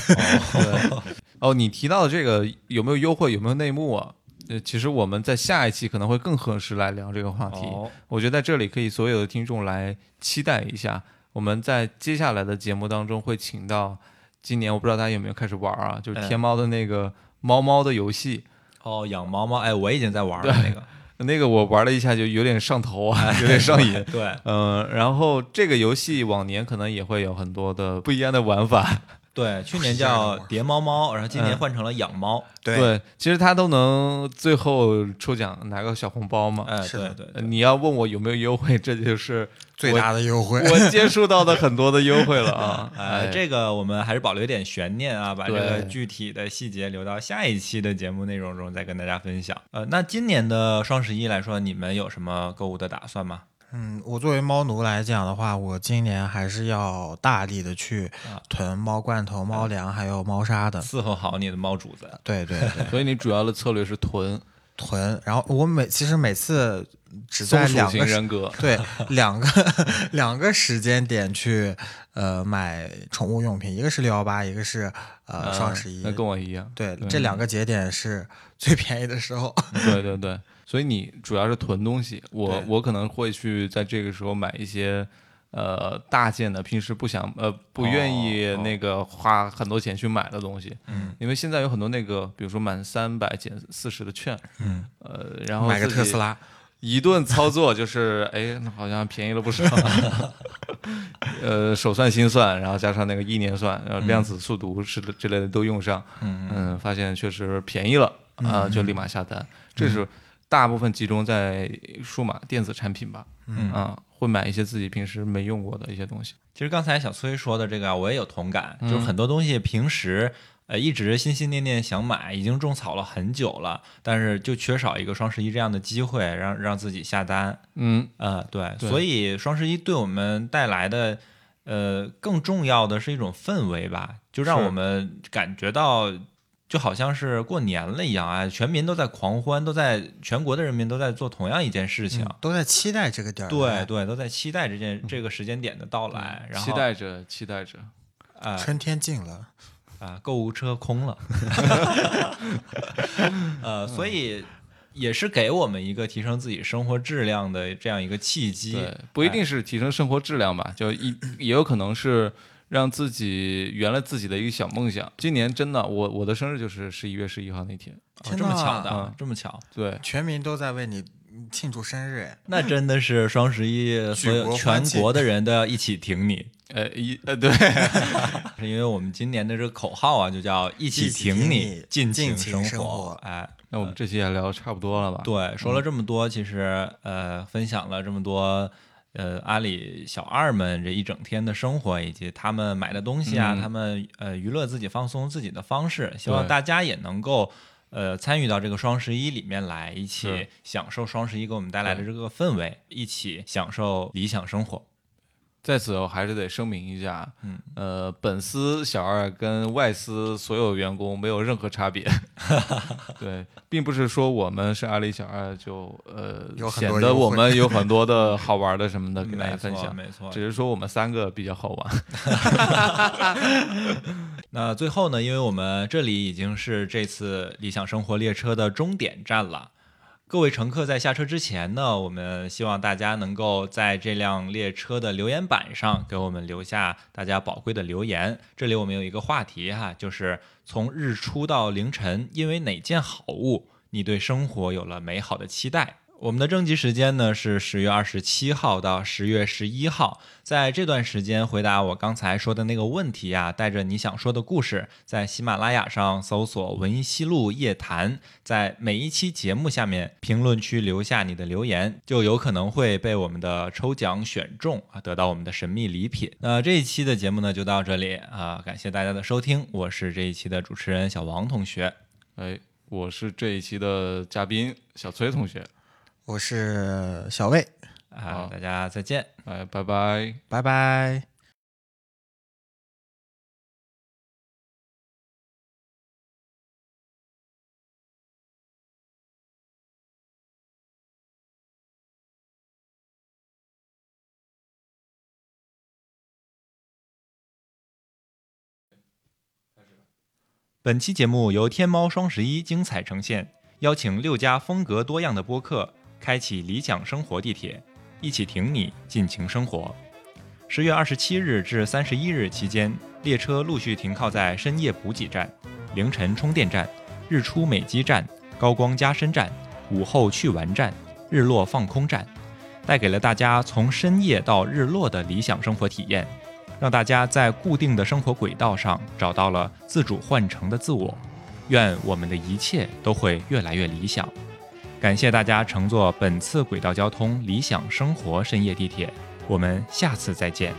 S2: 哦，你提到的这个有没有优惠，有没有内幕啊？呃，其实我们在下一期可能会更合适来聊这个话题。
S1: 哦
S2: 我觉得在这里可以所有的听众来期待一下，我们在接下来的节目当中会请到今年我不知道大家有没有开始玩啊，就是
S1: 嗯
S2: 天猫的那个猫猫的游戏，
S1: 哦，养猫猫，哎，我已经在玩了那 [LAUGHS] 个，
S2: 那个我玩了一下就有点上头啊， [LAUGHS] 有点上瘾。
S1: [LAUGHS] 对
S2: 嗯，然后这个游戏往年可能也会有很多的不一样的玩法，
S1: [LAUGHS] 对，去
S3: 是
S1: 年
S3: 这样
S1: 叫
S3: 的玩
S1: 叠猫猫，然后今年
S2: 嗯
S1: 换成了养猫，
S3: 对
S2: 其实他都能最后抽奖拿个小红包嘛。
S1: 哎，
S3: 是
S1: 对
S3: 的
S1: 对
S2: 呃
S1: 对，！
S2: 你要问我有没有优惠，这就是
S3: 最大的优惠，
S2: 我接触到的很多的优惠了啊
S3: 哎
S1: 呃，这个我们还是保留一点悬念啊，把这
S2: 对
S1: 个具体的细节留到下一期的节目内容中再跟大家分享。呃，那今年的双十一来说，你们有什么购物的打算吗？
S3: [LAUGHS] 嗯，我作为猫奴来讲的话，我今年还是要大力的去
S1: 啊
S3: 囤猫罐头、猫粮还有猫
S2: [LAUGHS]
S3: 砂的。
S1: 伺候好你的猫主子，
S3: 对对对，
S2: 所以你主要的策略是囤
S3: 囤。然后我每其实每次只
S2: 松
S3: 在
S2: 鼠
S3: 两
S2: 型
S3: 个时
S2: 人格，
S3: 对两个 [LAUGHS] 两个时间点去呃买宠物用品，一个是六幺八，一个是呃双十一
S2: 啊那。跟我一样。
S3: 对，
S2: 对
S3: 这两个节点是最便宜的时候。
S2: [LAUGHS] 对对对，所以你主要是囤东西，我我可能会去在这个时候买一些。呃，大件的平时不想呃不愿意
S1: 哦哦
S2: 那个花很多钱去买的东西，
S1: 嗯，
S2: 因为现在有很多那个，比如说满三百减四十的券，
S1: 嗯，
S2: 呃，然后
S3: 买个
S2: 自
S3: 特
S2: 己
S3: 斯拉，
S2: 一顿操作就是，哎，那好像便宜了不少。 [LAUGHS] 呃，手算心算，然后加上那个意念算，然后量
S3: 嗯
S2: 子速读是的之类的都用上，
S1: 嗯
S2: 嗯，发现确实便宜了啊、就立马下单。这是大部分集中在数码电子产品吧，
S1: 嗯
S2: 啊，会买一些自己平时没用过的一些东西。
S1: 其实刚才小崔说的这个啊，我也有同感，
S2: 嗯
S1: 就是很多东西平时呃一直心心念念想买，已经种草了很久了，但是就缺少一个双十一这样的机会，让让自己下单。
S2: 嗯，
S1: 呃，对，
S2: 对
S1: 所以双十一对我们带来的呃更重要的是一种氛围吧，就让
S2: 是
S1: 我们感觉到。就好像是过年了一样啊，全民都在狂欢，都在全国的人民都在做同样一件事情，
S2: 嗯
S3: 都在期待这个点儿
S1: 对
S3: 来。
S1: 对，都在期待这件这个时间点的到来，然后
S2: 嗯期待着，期待着。
S1: 啊、
S3: 春天近了，
S1: 啊，购物车空了， [LAUGHS] 呃，
S3: 嗯
S1: 所以也是给我们一个提升自己生活质量的这样一个契机。哎哦
S2: 对，不一定是提升生活质量吧，就一也有可能是让自己圆了自己的一个小梦想。今年真的，我我的生日就是十一月十一号那天，
S1: 哦
S3: 天
S1: 这么
S3: 哪
S1: 巧的啊
S2: 嗯，
S1: 这么巧，
S2: 对，
S3: 全民都在为你庆祝生日，哎，
S1: 那真的是双十一，所
S3: 举
S1: 有
S3: 国
S1: 全
S3: 欢庆
S1: 国的人都要一起挺你，
S2: 呃一呃 [LAUGHS] 对，
S1: 是因为我们今年的这个口号啊，就叫一起
S3: 一起挺
S1: 你
S3: 你，
S1: 尽
S3: 尽情
S1: 生
S3: 生活
S1: 哎，
S2: 那我们这期也聊得差不多了吧？嗯
S1: 对，说了这么多，其实呃，分享了这么多，呃，阿里小二们这一整天的生活，以及他们买的东西啊，
S2: 嗯
S1: 他们呃娱乐自己、放松自己的方式，希望
S2: 对
S1: 大家也能够。呃，参与到这个双十一里面来，一起
S2: 是
S1: 享受双十一给我们带来的这个氛围，一起享受理想生活。
S2: 在此我还是得声明一下，
S1: 嗯，
S2: 呃，本司小二跟外司所有员工没有任何差别，对，并不是说我们是阿里小二就呃
S3: 有很
S2: 显
S3: 多
S2: 得
S3: 优惠
S2: 我们有很多的好玩的什么的给大家
S1: 没
S2: 分
S1: 错，
S2: 享，
S1: 没错
S2: 只。是说我们三个比较好玩。
S1: 那最后呢，因为我们这里已经是这次理想生活列车的终点站了。各位乘客在下车之前呢，我们希望大家能够在这辆列车的留言板上给我们留下大家宝贵的留言。这里我们有一个话题哈，就是从日出到凌晨，因为哪件好物，你对生活有了美好的期待？我们的征集时间呢是十月二十七号到十月十一号，在这段时间回答我刚才说的那个问题啊，带着你想说的故事，在喜马拉雅上搜索“文艺西路夜谈”，在每一期节目下面评论区留下你的留言，就有可能会被我们的抽奖选中啊，得到我们的神秘礼品。那这一期的节目呢就到这里啊、感谢大家的收听，我是这一期的主持人小王同学，
S2: 哎，我是这一期的嘉宾小崔同学，
S3: 我是小魏，
S1: 啊、
S2: 好
S1: 大家再见。
S2: 哎，拜拜。
S3: 拜拜。
S1: 本期节目由天猫双十一精彩呈现，邀请六家风格多样的播客，开启理想生活地铁，一起挺你尽情生活。十月二十七日至三十一日期间，列车陆续停靠在深夜补给站、凌晨充电站、日出美肌站、高光加深站、午后去玩站、日落放空站，带给了大家从深夜到日落的理想生活体验，让大家在固定的生活轨道上找到了自主换乘的自我。愿我们的一切都会越来越理想。感谢大家乘坐本次轨道交通理想生活深夜地铁，我们下次再见。